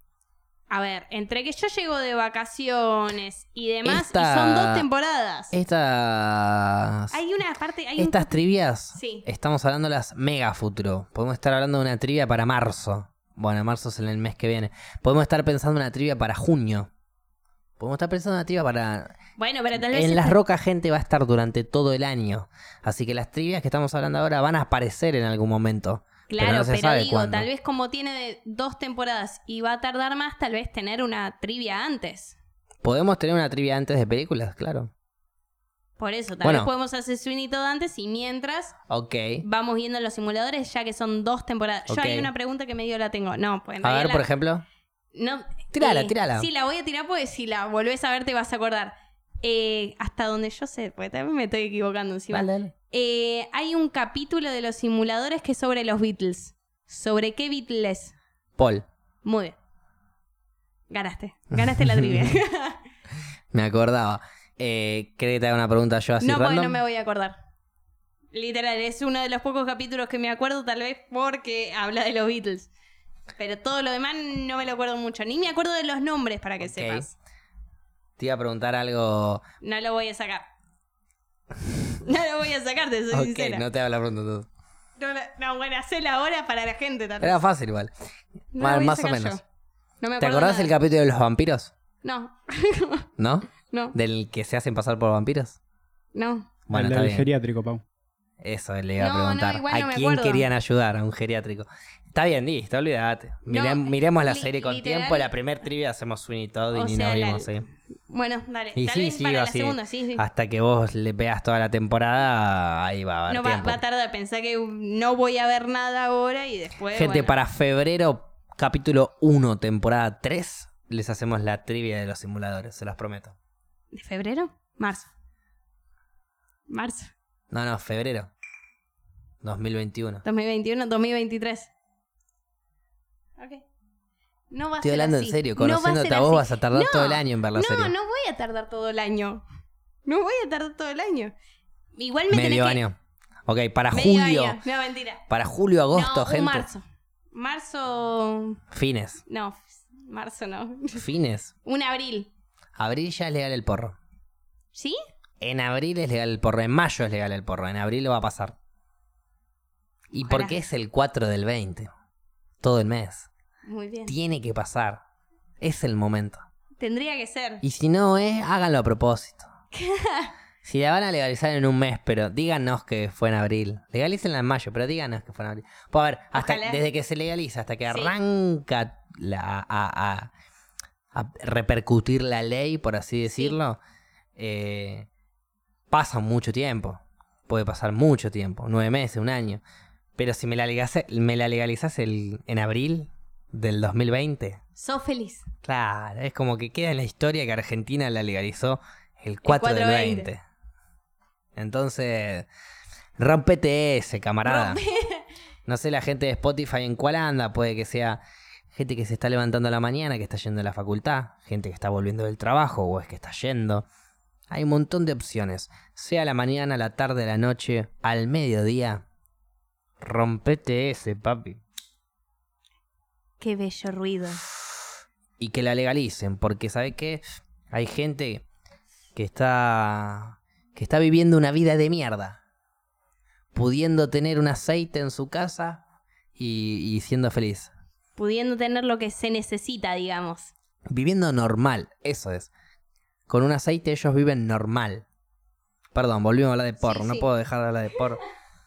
S1: a ver, entre que yo llego de vacaciones y demás,
S2: Esta-
S1: y son dos temporadas.
S2: Estas.
S1: Hay una parte, hay un
S2: Estas trivias,
S1: Sí.
S2: estamos hablando las mega futuro. Podemos estar hablando de una trivia para marzo. Bueno, marzo es el mes que viene. Podemos estar pensando en una trivia para junio. Podemos estar pensando en una trivia para...
S1: Bueno, pero tal vez. este
S2: En
S1: esta-
S2: las rocas gente va a estar durante todo el año. Así que las trivias que estamos hablando ahora van a aparecer en algún momento.
S1: Claro,
S2: pero
S1: pero,
S2: no se sabe
S1: digo,
S2: cuándo.
S1: tal vez como tiene de dos temporadas y va a tardar más, tal vez tener una trivia antes.
S2: Podemos tener una trivia antes de películas, claro.
S1: Por eso, tal
S2: Bueno.
S1: vez podemos hacer Sweeney todo antes y mientras
S2: Ok.
S1: vamos viendo los simuladores, ya que son dos temporadas.
S2: Ok.
S1: Yo hay una pregunta que medio la tengo. No, pues en
S2: A
S1: realidad
S2: ver,
S1: la-
S2: por ejemplo.
S1: No, eh,
S2: Tírala, tírala.
S1: Sí, la voy a tirar porque si la volvés a ver te vas a acordar. Eh, hasta donde yo sé, porque también me estoy equivocando encima.
S2: Dale, dale.
S1: Eh, hay un capítulo de los simuladores que es sobre los Beatles. ¿Sobre qué Beatles?
S2: Paul.
S1: Muy bien. Ganaste. Ganaste la trivia.
S2: Me acordaba. Eh, ¿Cree que te haga una pregunta yo así
S1: no, porque
S2: random?
S1: no me voy a acordar. Literal, es uno de los pocos capítulos que me acuerdo, tal vez porque habla de los Beatles. Pero todo lo demás no me lo acuerdo mucho. Ni me acuerdo de los nombres para que
S2: Ok.
S1: sepas.
S2: Te iba a preguntar algo...
S1: No lo voy a sacar. No lo voy a sacar, te soy
S2: Ok,
S1: sincera. No,
S2: no te hago la pregunta tú.
S1: la- no, bueno, hacé la hora para la gente también.
S2: Era fácil igual.
S1: No
S2: Mal-
S1: lo voy a
S2: más o
S1: sacar
S2: menos.
S1: yo. No me
S2: ¿Te
S1: acuerdo
S2: acordás
S1: nada.
S2: del capítulo de los vampiros?
S1: No,
S2: ¿No?
S1: no,
S2: Del que se hacen pasar por vampiros.
S1: no.
S2: Bueno,
S3: el
S2: está
S3: del
S2: bien.
S3: geriátrico, Pau.
S2: Eso le iba
S1: No,
S2: a
S1: no,
S2: preguntar.
S1: igual no
S2: ¿A
S1: me
S2: quién
S1: acuerdo.
S2: querían ayudar? A un geriátrico. Está bien, listo, olvídate. Mirem-
S1: No,
S2: miremos la
S1: li-
S2: serie con
S1: literal-
S2: tiempo. La primer trivia hacemos Sweeney Todd y
S1: O
S2: ni
S1: sea,
S2: nos
S1: la-
S2: vimos, ¿sí?
S1: Bueno, dale.
S2: Y
S1: Tal
S2: sí,
S1: vez
S2: sí,
S1: para la
S2: así- Ah,
S1: segunda, sí, sí.
S2: Hasta que vos le pegas toda la temporada, ahí va a haber
S1: no va,
S2: tiempo.
S1: va a tardar. Pensá que no voy a ver nada ahora y después.
S2: Gente,
S1: eh, bueno.
S2: para febrero, capítulo 1, temporada 3, les hacemos la trivia de los simuladores, se los prometo.
S1: ¿De febrero? Marzo. Marzo.
S2: No, no, febrero. 2021.
S1: 2021, 2023. Ok. No va a
S2: Estoy
S1: ser
S2: hablando
S1: así.
S2: en serio,
S1: No va a
S2: conociéndote
S1: ser
S2: a vos
S1: así.
S2: vas a tardar
S1: No,
S2: todo el año en ver la
S1: no,
S2: serie.
S1: no voy a tardar todo el año. No voy a tardar todo el año. Igual me tenés
S2: Medio
S1: que-
S2: año. Ok, para
S1: medio
S2: julio.
S1: año. No, mentira.
S2: Para julio, agosto,
S1: no, un
S2: gente.
S1: marzo. Marzo...
S2: Fines.
S1: No, marzo no.
S2: Fines.
S1: Un abril.
S2: Abril ya es legal el porro.
S1: ¿Sí?
S2: En abril es legal el porro. En mayo es legal el porro. En abril lo va a pasar. ¿Y
S1: Ojalá.
S2: por qué es el 4 del 20? Todo el mes.
S1: Muy bien.
S2: Tiene que pasar. Es el momento.
S1: Tendría que ser.
S2: Y si no es, háganlo a propósito. Si la van a legalizar en un mes, pero díganos que fue en abril. Legalícenla en mayo, pero díganos que fue en abril. Pues a ver, hasta,
S1: Ojalá.
S2: desde que se legaliza, hasta que
S1: Sí.
S2: arranca la, a, a- a repercutir la ley, por así decirlo, eh, pasa mucho tiempo. Puede pasar mucho tiempo, nueve meses, un año. Pero si me la legalizas, me la legalizás el- en abril del 2020,
S1: Sos feliz.
S2: Claro, es como que queda en la historia que Argentina la legalizó el 4 del
S1: 4-20.
S2: 20. Entonces, rompete ese, camarada. No sé la gente de Spotify en cuál anda, puede que sea gente que se está levantando a la mañana, que está yendo a la facultad, gente que está volviendo del trabajo o es que está yendo. Hay un montón de opciones, sea a la mañana, a la tarde, a la noche, al mediodía. Rompete ese, papi.
S1: Qué bello ruido.
S2: y que la legalicen, porque ¿sabes qué? Hay gente que está que está viviendo una vida de mierda, pudiendo tener un aceite en su casa y, y siendo feliz,
S1: Pudiendo tener lo que se necesita, digamos.
S2: viviendo normal, eso es. Con un aceite ellos viven normal. Perdón, volvimos a hablar de porro,
S1: Sí,
S2: no
S1: sí.
S2: puedo dejar de hablar de porro.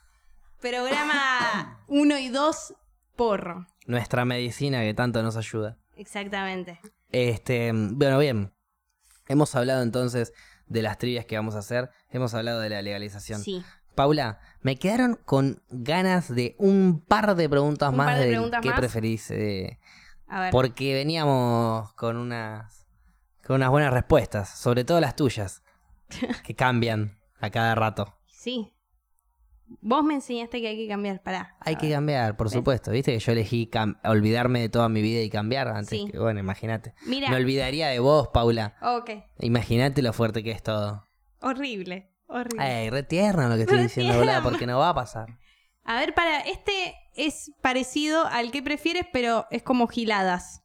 S1: Programa 1 y 2, porro.
S2: Nuestra medicina que tanto nos ayuda.
S1: Exactamente.
S2: Este, bueno, bien. Hemos hablado entonces de las trivias que vamos a hacer, hemos hablado de la legalización.
S1: Sí.
S2: Paula, me quedaron con ganas de un par de preguntas
S1: Un
S2: más
S1: par de
S2: del
S1: preguntas
S2: qué
S1: más.
S2: preferís. eh,
S1: A ver.
S2: porque veníamos con unas, con unas buenas respuestas, sobre todo las tuyas, que cambian a cada rato.
S1: Sí. Vos me enseñaste que hay que cambiar. Pará.
S2: Hay
S1: A
S2: que
S1: ver.
S2: cambiar, por
S1: Ven.
S2: supuesto. Viste que yo elegí cam- olvidarme de toda mi vida y cambiar antes.
S1: Sí.
S2: que- bueno, imagínate.
S1: Mira.
S2: Me olvidaría de vos, Paula.
S1: Ok.
S2: Imagínate lo fuerte que es todo.
S1: Horrible. Horrible.
S2: Ay, re tierno lo que estoy
S1: Re
S2: diciendo, boluda,
S1: tierno.
S2: porque no va a pasar.
S1: A ver, para. Este es parecido al que prefieres, pero es como giladas.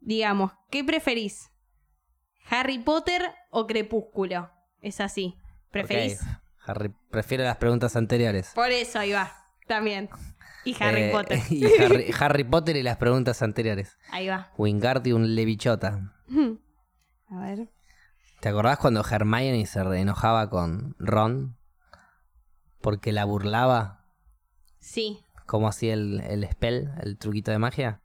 S1: Digamos, ¿qué preferís? ¿Harry Potter o Crepúsculo? Es así. ¿Preferís?
S2: Ok, Harry, prefiero las preguntas anteriores.
S1: Por eso ahí va. También. Y Harry
S2: Eh,
S1: Potter.
S2: Y Harry, Harry Potter y las preguntas anteriores.
S1: Ahí va.
S2: Wingardium Levichota.
S1: A ver.
S2: ¿Te acordás cuando Hermione se re- enojaba con Ron? Porque la burlaba.
S1: Sí.
S2: como hacía el, el spell? El truquito de magia.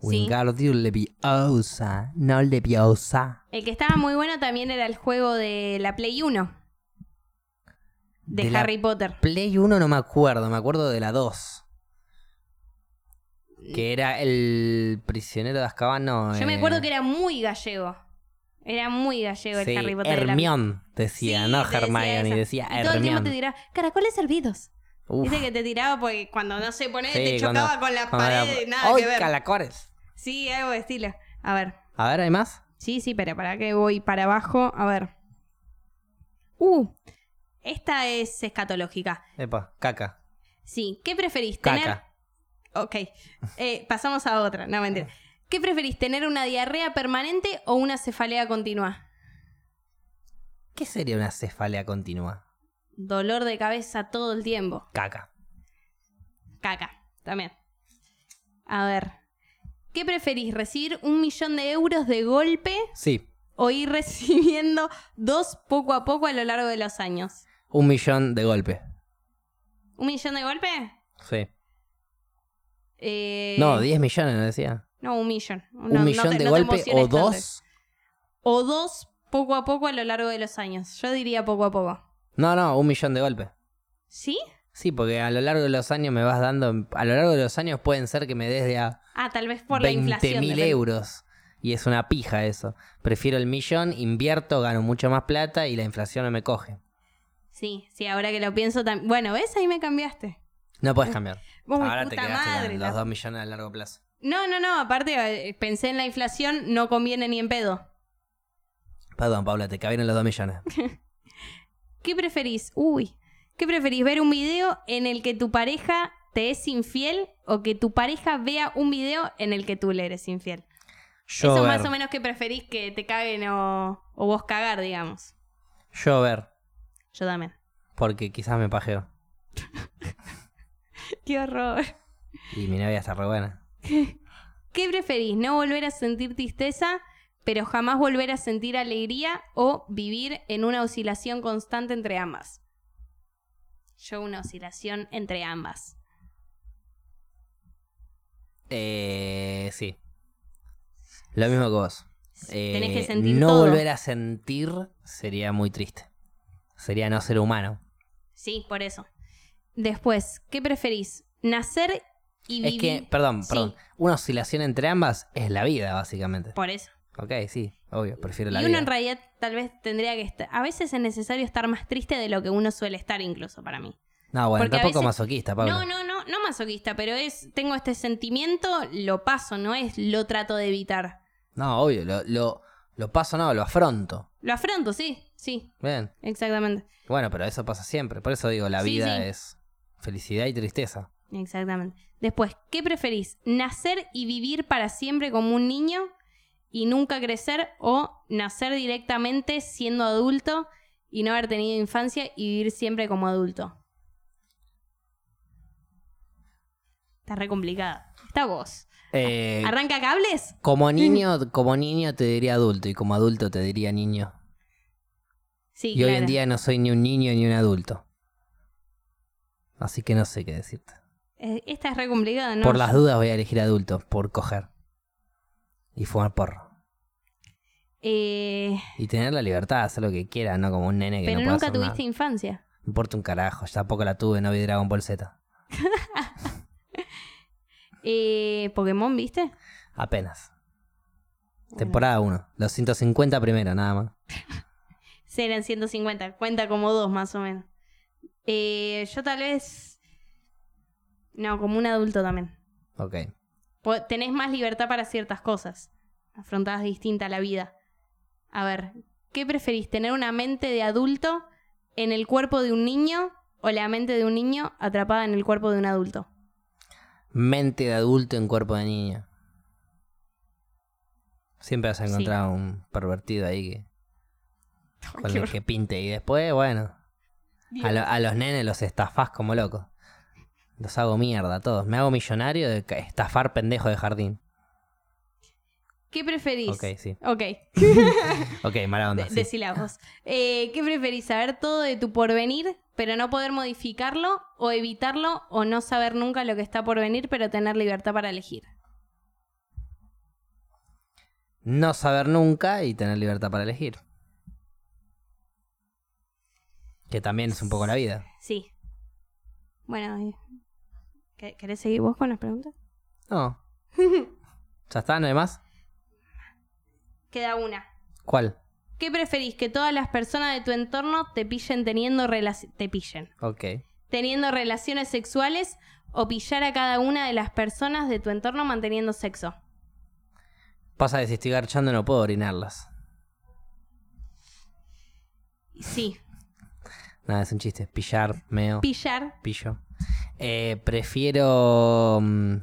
S1: Sí.
S2: Wingardium Leviosa. No Leviosa.
S1: El que estaba muy bueno también era el juego de la Play 1. De,
S2: De la-
S1: Harry Potter.
S2: Play 1 no me acuerdo. Me acuerdo de la 2. Que era el prisionero de Azkaban. no,
S1: Mm. Yo me
S2: eh,
S1: acuerdo que era muy gallego. Era muy gallego
S2: sí,
S1: el Harry Potter. de la-
S2: Hermión decía,
S1: Sí,
S2: no
S1: te decía
S2: Hermione,
S1: eso.
S2: decía,
S1: Y todo el tiempo te
S2: Hermione.
S1: dirá, caracoles servidos.
S2: Uf.
S1: Dice que te tiraba porque cuando no se ponía
S2: Sí,
S1: te chocaba
S2: cuando-
S1: con la
S2: cuando
S1: pared
S2: la-
S1: y nada
S2: ¡Ay,
S1: que ver.
S2: calacores!
S1: Sí, algo de estilo. A ver.
S2: A ver, ¿hay más?
S1: Sí, sí, pero para que voy para abajo. A ver. Uh, esta es escatológica.
S2: Epa, caca.
S1: Sí, ¿qué preferís?
S2: Caca.
S1: ¿Tener Ok. Eh, pasamos a otra, no mentira. ¿Qué preferís, tener una diarrea permanente o una cefalea continua?
S2: ¿Qué sería una cefalea continua?
S1: Dolor de cabeza todo el tiempo.
S2: Caca.
S1: Caca, también. A ver. ¿Qué preferís, recibir un millón de euros de golpe
S2: Sí,
S1: o ir recibiendo dos poco a poco a lo largo de los años?
S2: un millón de golpe.
S1: ¿Un millón de golpe?
S2: Sí.
S1: Eh,
S2: No, 10 millones, ¿no decía?
S1: No, un millón. No,
S2: un
S1: no
S2: millón
S1: te- no
S2: de
S1: te
S2: golpe o
S1: emociones tanto.
S2: dos.
S1: O dos poco a poco a lo largo de los años. Yo diría poco a poco.
S2: No, no, un millón de golpe.
S1: ¿Sí?
S2: Sí, porque a lo largo de los años me vas dando. A lo largo de los años pueden ser que me des de a
S1: Ah, tal vez por la
S2: 20
S1: inflación.
S2: mil
S1: depende.
S2: euros. Y es una pija eso. Prefiero el millón, invierto, gano mucho más plata y la inflación no me coge.
S1: Sí, sí, ahora que lo pienso también. Bueno, ¿ves? Ahí me cambiaste.
S2: No puedes cambiar.
S1: Vos,
S2: Ahora
S1: puta
S2: te quedaste con
S1: madre,
S2: los
S1: la-
S2: 2 millones a largo plazo.
S1: No, no, no. Aparte, eh, pensé en la inflación, no conviene ni en pedo.
S2: Perdón, Paula, te cabieron los dos millones.
S1: ¿Qué preferís? Uy. ¿Qué preferís? ¿Ver un video en el que tu pareja te es infiel o que tu pareja vea un video en el que tú le eres infiel?
S2: Yo
S1: Eso
S2: ver.
S1: más o menos que preferís que te caguen o, o vos cagar, digamos.
S2: Yo ver.
S1: Yo también.
S2: Porque quizás me pajeo.
S1: Qué horror.
S2: Y mi novia está re buena.
S1: ¿Qué preferís? ¿No volver a sentir tristeza, pero jamás volver a sentir alegría o vivir en una oscilación constante entre ambas? Yo una oscilación entre ambas.
S2: Eh, sí. Lo mismo que vos. Eh,
S1: Tenés que sentir
S2: no
S1: todo.
S2: volver a sentir sería muy triste. Sería no ser humano.
S1: Sí, por eso. Después, ¿qué preferís? ¿Nacer y
S2: Es
S1: vivir?
S2: que, perdón,
S1: Sí.
S2: perdón. Una oscilación entre ambas es la vida, básicamente.
S1: Por eso.
S2: Ok, sí, obvio, prefiero
S1: Y
S2: la
S1: uno
S2: vida.
S1: en realidad tal vez tendría que estar... A veces es necesario estar más triste de lo que uno suele estar incluso para mí.
S2: no, bueno,
S1: porque a
S2: tampoco
S1: veces-
S2: masoquista, Pablo.
S1: No, no, no, no masoquista, pero es, tengo este sentimiento, lo paso, no es lo trato de evitar.
S2: No, obvio, lo, lo, lo paso, no, lo afronto.
S1: Lo afronto, sí, sí,
S2: Bien.
S1: exactamente,
S2: Bueno, pero eso pasa siempre. Por eso digo, la
S1: Sí,
S2: vida
S1: sí.
S2: es felicidad y tristeza.
S1: exactamente. Después, ¿qué preferís? ¿Nacer y vivir para siempre como un niño y nunca crecer o nacer directamente siendo adulto y no haber tenido infancia y vivir siempre como adulto? Está re complicada. Está vos.
S2: Eh,
S1: ¿Arranca cables?
S2: como niño, como niño te diría adulto y como adulto te diría niño.
S1: Sí,
S2: Y hoy en
S1: claro.
S2: día no soy ni un niño ni un adulto. Así que no sé qué decirte.
S1: Eh, Esta es re complicada, ¿no?
S2: por las dudas voy a elegir adulto, por coger. Y fumar porro.
S1: Eh,
S2: Y tener la libertad de hacer lo que quiera, no como un nene que
S1: pero
S2: no puede
S1: nunca
S2: hacer nada.
S1: tuviste infancia.
S2: Me importa un carajo, ya tampoco la tuve, no vi Dragon Ball Z.
S1: Eh, Pokémon, ¿viste?
S2: Apenas. Temporada 1. Los 150 primero, nada más.
S1: Sí, eran 150. Cuenta como dos, más o menos. Eh, yo tal vez... No, como un adulto también.
S2: Ok.
S1: Po- Tenés más libertad para ciertas cosas. Afrontadas distinta la vida. A ver, ¿qué preferís? ¿Tener una mente de adulto en el cuerpo de un niño o la mente de un niño atrapada en el cuerpo de un adulto?
S2: Mente de adulto en cuerpo de niño. Siempre vas a encontrar un pervertido ahí que, con
S1: Qué
S2: el
S1: horror.
S2: que pinte. Y después, bueno, A, lo- a los nenes los estafás como locos. Los hago mierda a todos. Me hago millonario de ca- estafar pendejo de jardín.
S1: ¿Qué preferís?
S2: Ok, sí.
S1: Ok.
S2: Ok, mala onda.
S1: De-
S2: sí.
S1: decila vos. Eh, ¿Qué preferís? ¿Saber todo de tu porvenir, pero no poder modificarlo? ¿O evitarlo? ¿O no saber nunca lo que está por venir, pero tener libertad para elegir?
S2: No saber nunca y tener libertad para elegir. Que también es un poco la vida.
S1: Sí. Bueno, eh, ¿qu- ¿querés seguir vos con las preguntas?
S2: No. ¿Ya está? ¿No hay más?
S1: Queda una.
S2: ¿Cuál?
S1: ¿Qué preferís? ¿Que todas las personas de tu entorno te pillen teniendo relaci- te pillen?
S2: Ok.
S1: ¿Teniendo relaciones sexuales? ¿O pillar a cada una de las personas de tu entorno manteniendo sexo?
S2: Pasa de si estoy garchando no puedo orinarlas.
S1: Sí.
S2: Nada, es un chiste. Pillar, meo.
S1: Pillar
S2: pillo. Eh, prefiero. mm,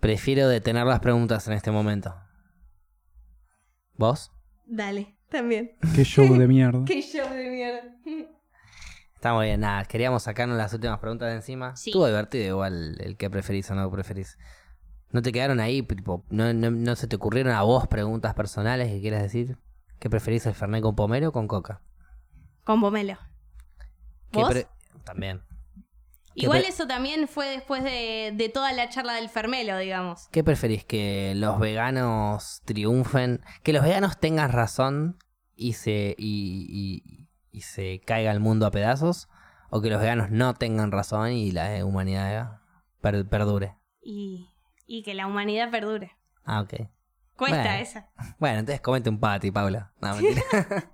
S2: Prefiero detener las preguntas en este momento. ¿Vos?
S1: Dale, también.
S3: Qué show de mierda.
S1: Qué show de mierda.
S2: Está muy bien, nada, queríamos sacarnos las últimas preguntas de encima.
S1: Sí.
S2: Estuvo divertido igual el que preferís o no preferís. ¿No te quedaron ahí, tipo, no, no, no se te ocurrieron a vos preguntas personales que quieras decir? ¿Qué preferís, el Fernet con pomero o con coca?
S1: Con pomelo.
S2: ¿Qué
S1: ¿Vos?
S2: pre- También. ¿Qué
S1: Igual
S2: pre-
S1: eso también fue después de, de toda la charla del fermelo, digamos.
S2: ¿Qué preferís? ¿Que los veganos triunfen? ¿Que los veganos tengan razón y se, y, y- y se caiga el mundo a pedazos? ¿O que los veganos no tengan razón y la eh, humanidad per- perdure?
S1: Y, y que la humanidad perdure.
S2: Ah, ok.
S1: Cuesta
S2: Bueno.
S1: esa.
S2: Bueno, entonces comete un pati, Paula. No, mentira.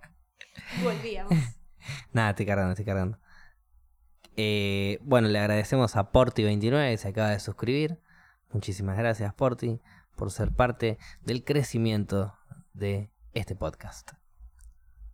S1: Volvíamos.
S2: Nada, estoy cargando, estoy cargando. Eh, bueno, le agradecemos a Porti29 que se acaba de suscribir. Muchísimas gracias, Porti, por ser parte del crecimiento de este podcast.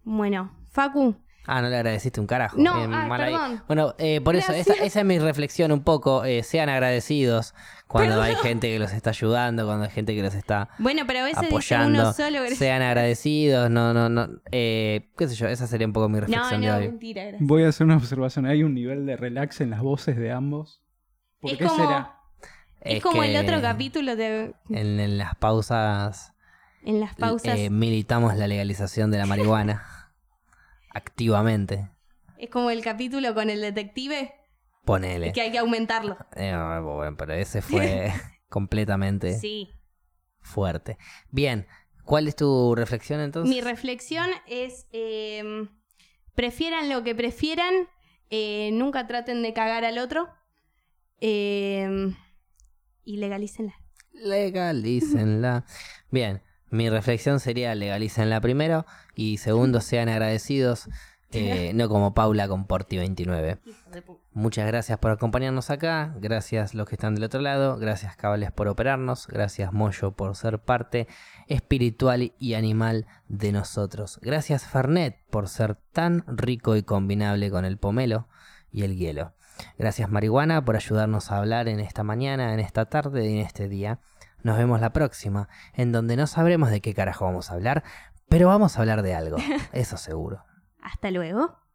S1: Bueno, Facu,
S2: Ah, no le agradeciste un carajo.
S1: No,
S2: Bien,
S1: ah,
S2: mal ahí.
S1: perdón.
S2: Bueno, eh, por eso, esa,
S1: Gracias.
S2: esa es mi reflexión un poco. eh, sean agradecidos cuando hay gente que los está ayudando, cuando hay gente que los está
S1: bueno, pero a veces dice
S2: apoyando.
S1: uno solo. gracias.
S2: Sean agradecidos, no, no, no. eh, qué sé yo, esa sería un poco mi
S1: No,
S2: reflexión de
S1: no,
S2: hoy.
S1: mentira, gracias.
S3: Voy a hacer una observación. Hay un nivel de relax en las voces de ambos. ¿Por
S1: Es
S3: qué
S1: como-
S3: será?
S1: Es, como
S2: que
S1: el otro capítulo de
S2: En, en las pausas,
S1: en las pausas.
S2: eh, militamos la legalización de la marihuana activamente.
S1: es como el capítulo con el detective
S2: Ponele.
S1: que hay que aumentarlo.
S2: Eh, bueno, pero ese fue completamente.
S1: Sí.
S2: Fuerte. Bien, ¿cuál es tu reflexión entonces?
S1: Mi reflexión es eh, prefieran lo que prefieran, eh, nunca traten de cagar al otro eh, y legalícenla.
S2: Legalícenla. Bien, mi reflexión sería legalícenla primero y segundo, sean agradecidos, eh, no como Paula con Porti29. Muchas gracias por acompañarnos acá, gracias los que están del otro lado, gracias Cabales por operarnos, gracias Moyo por ser parte espiritual y animal de nosotros, gracias Fernet por ser tan rico y combinable con el pomelo y el hielo. Gracias Marihuana por ayudarnos a hablar en esta mañana, en esta tarde y en este día. Nos vemos la próxima, en donde no sabremos de qué carajo vamos a hablar, pero vamos a hablar de algo, eso seguro.
S1: Hasta luego.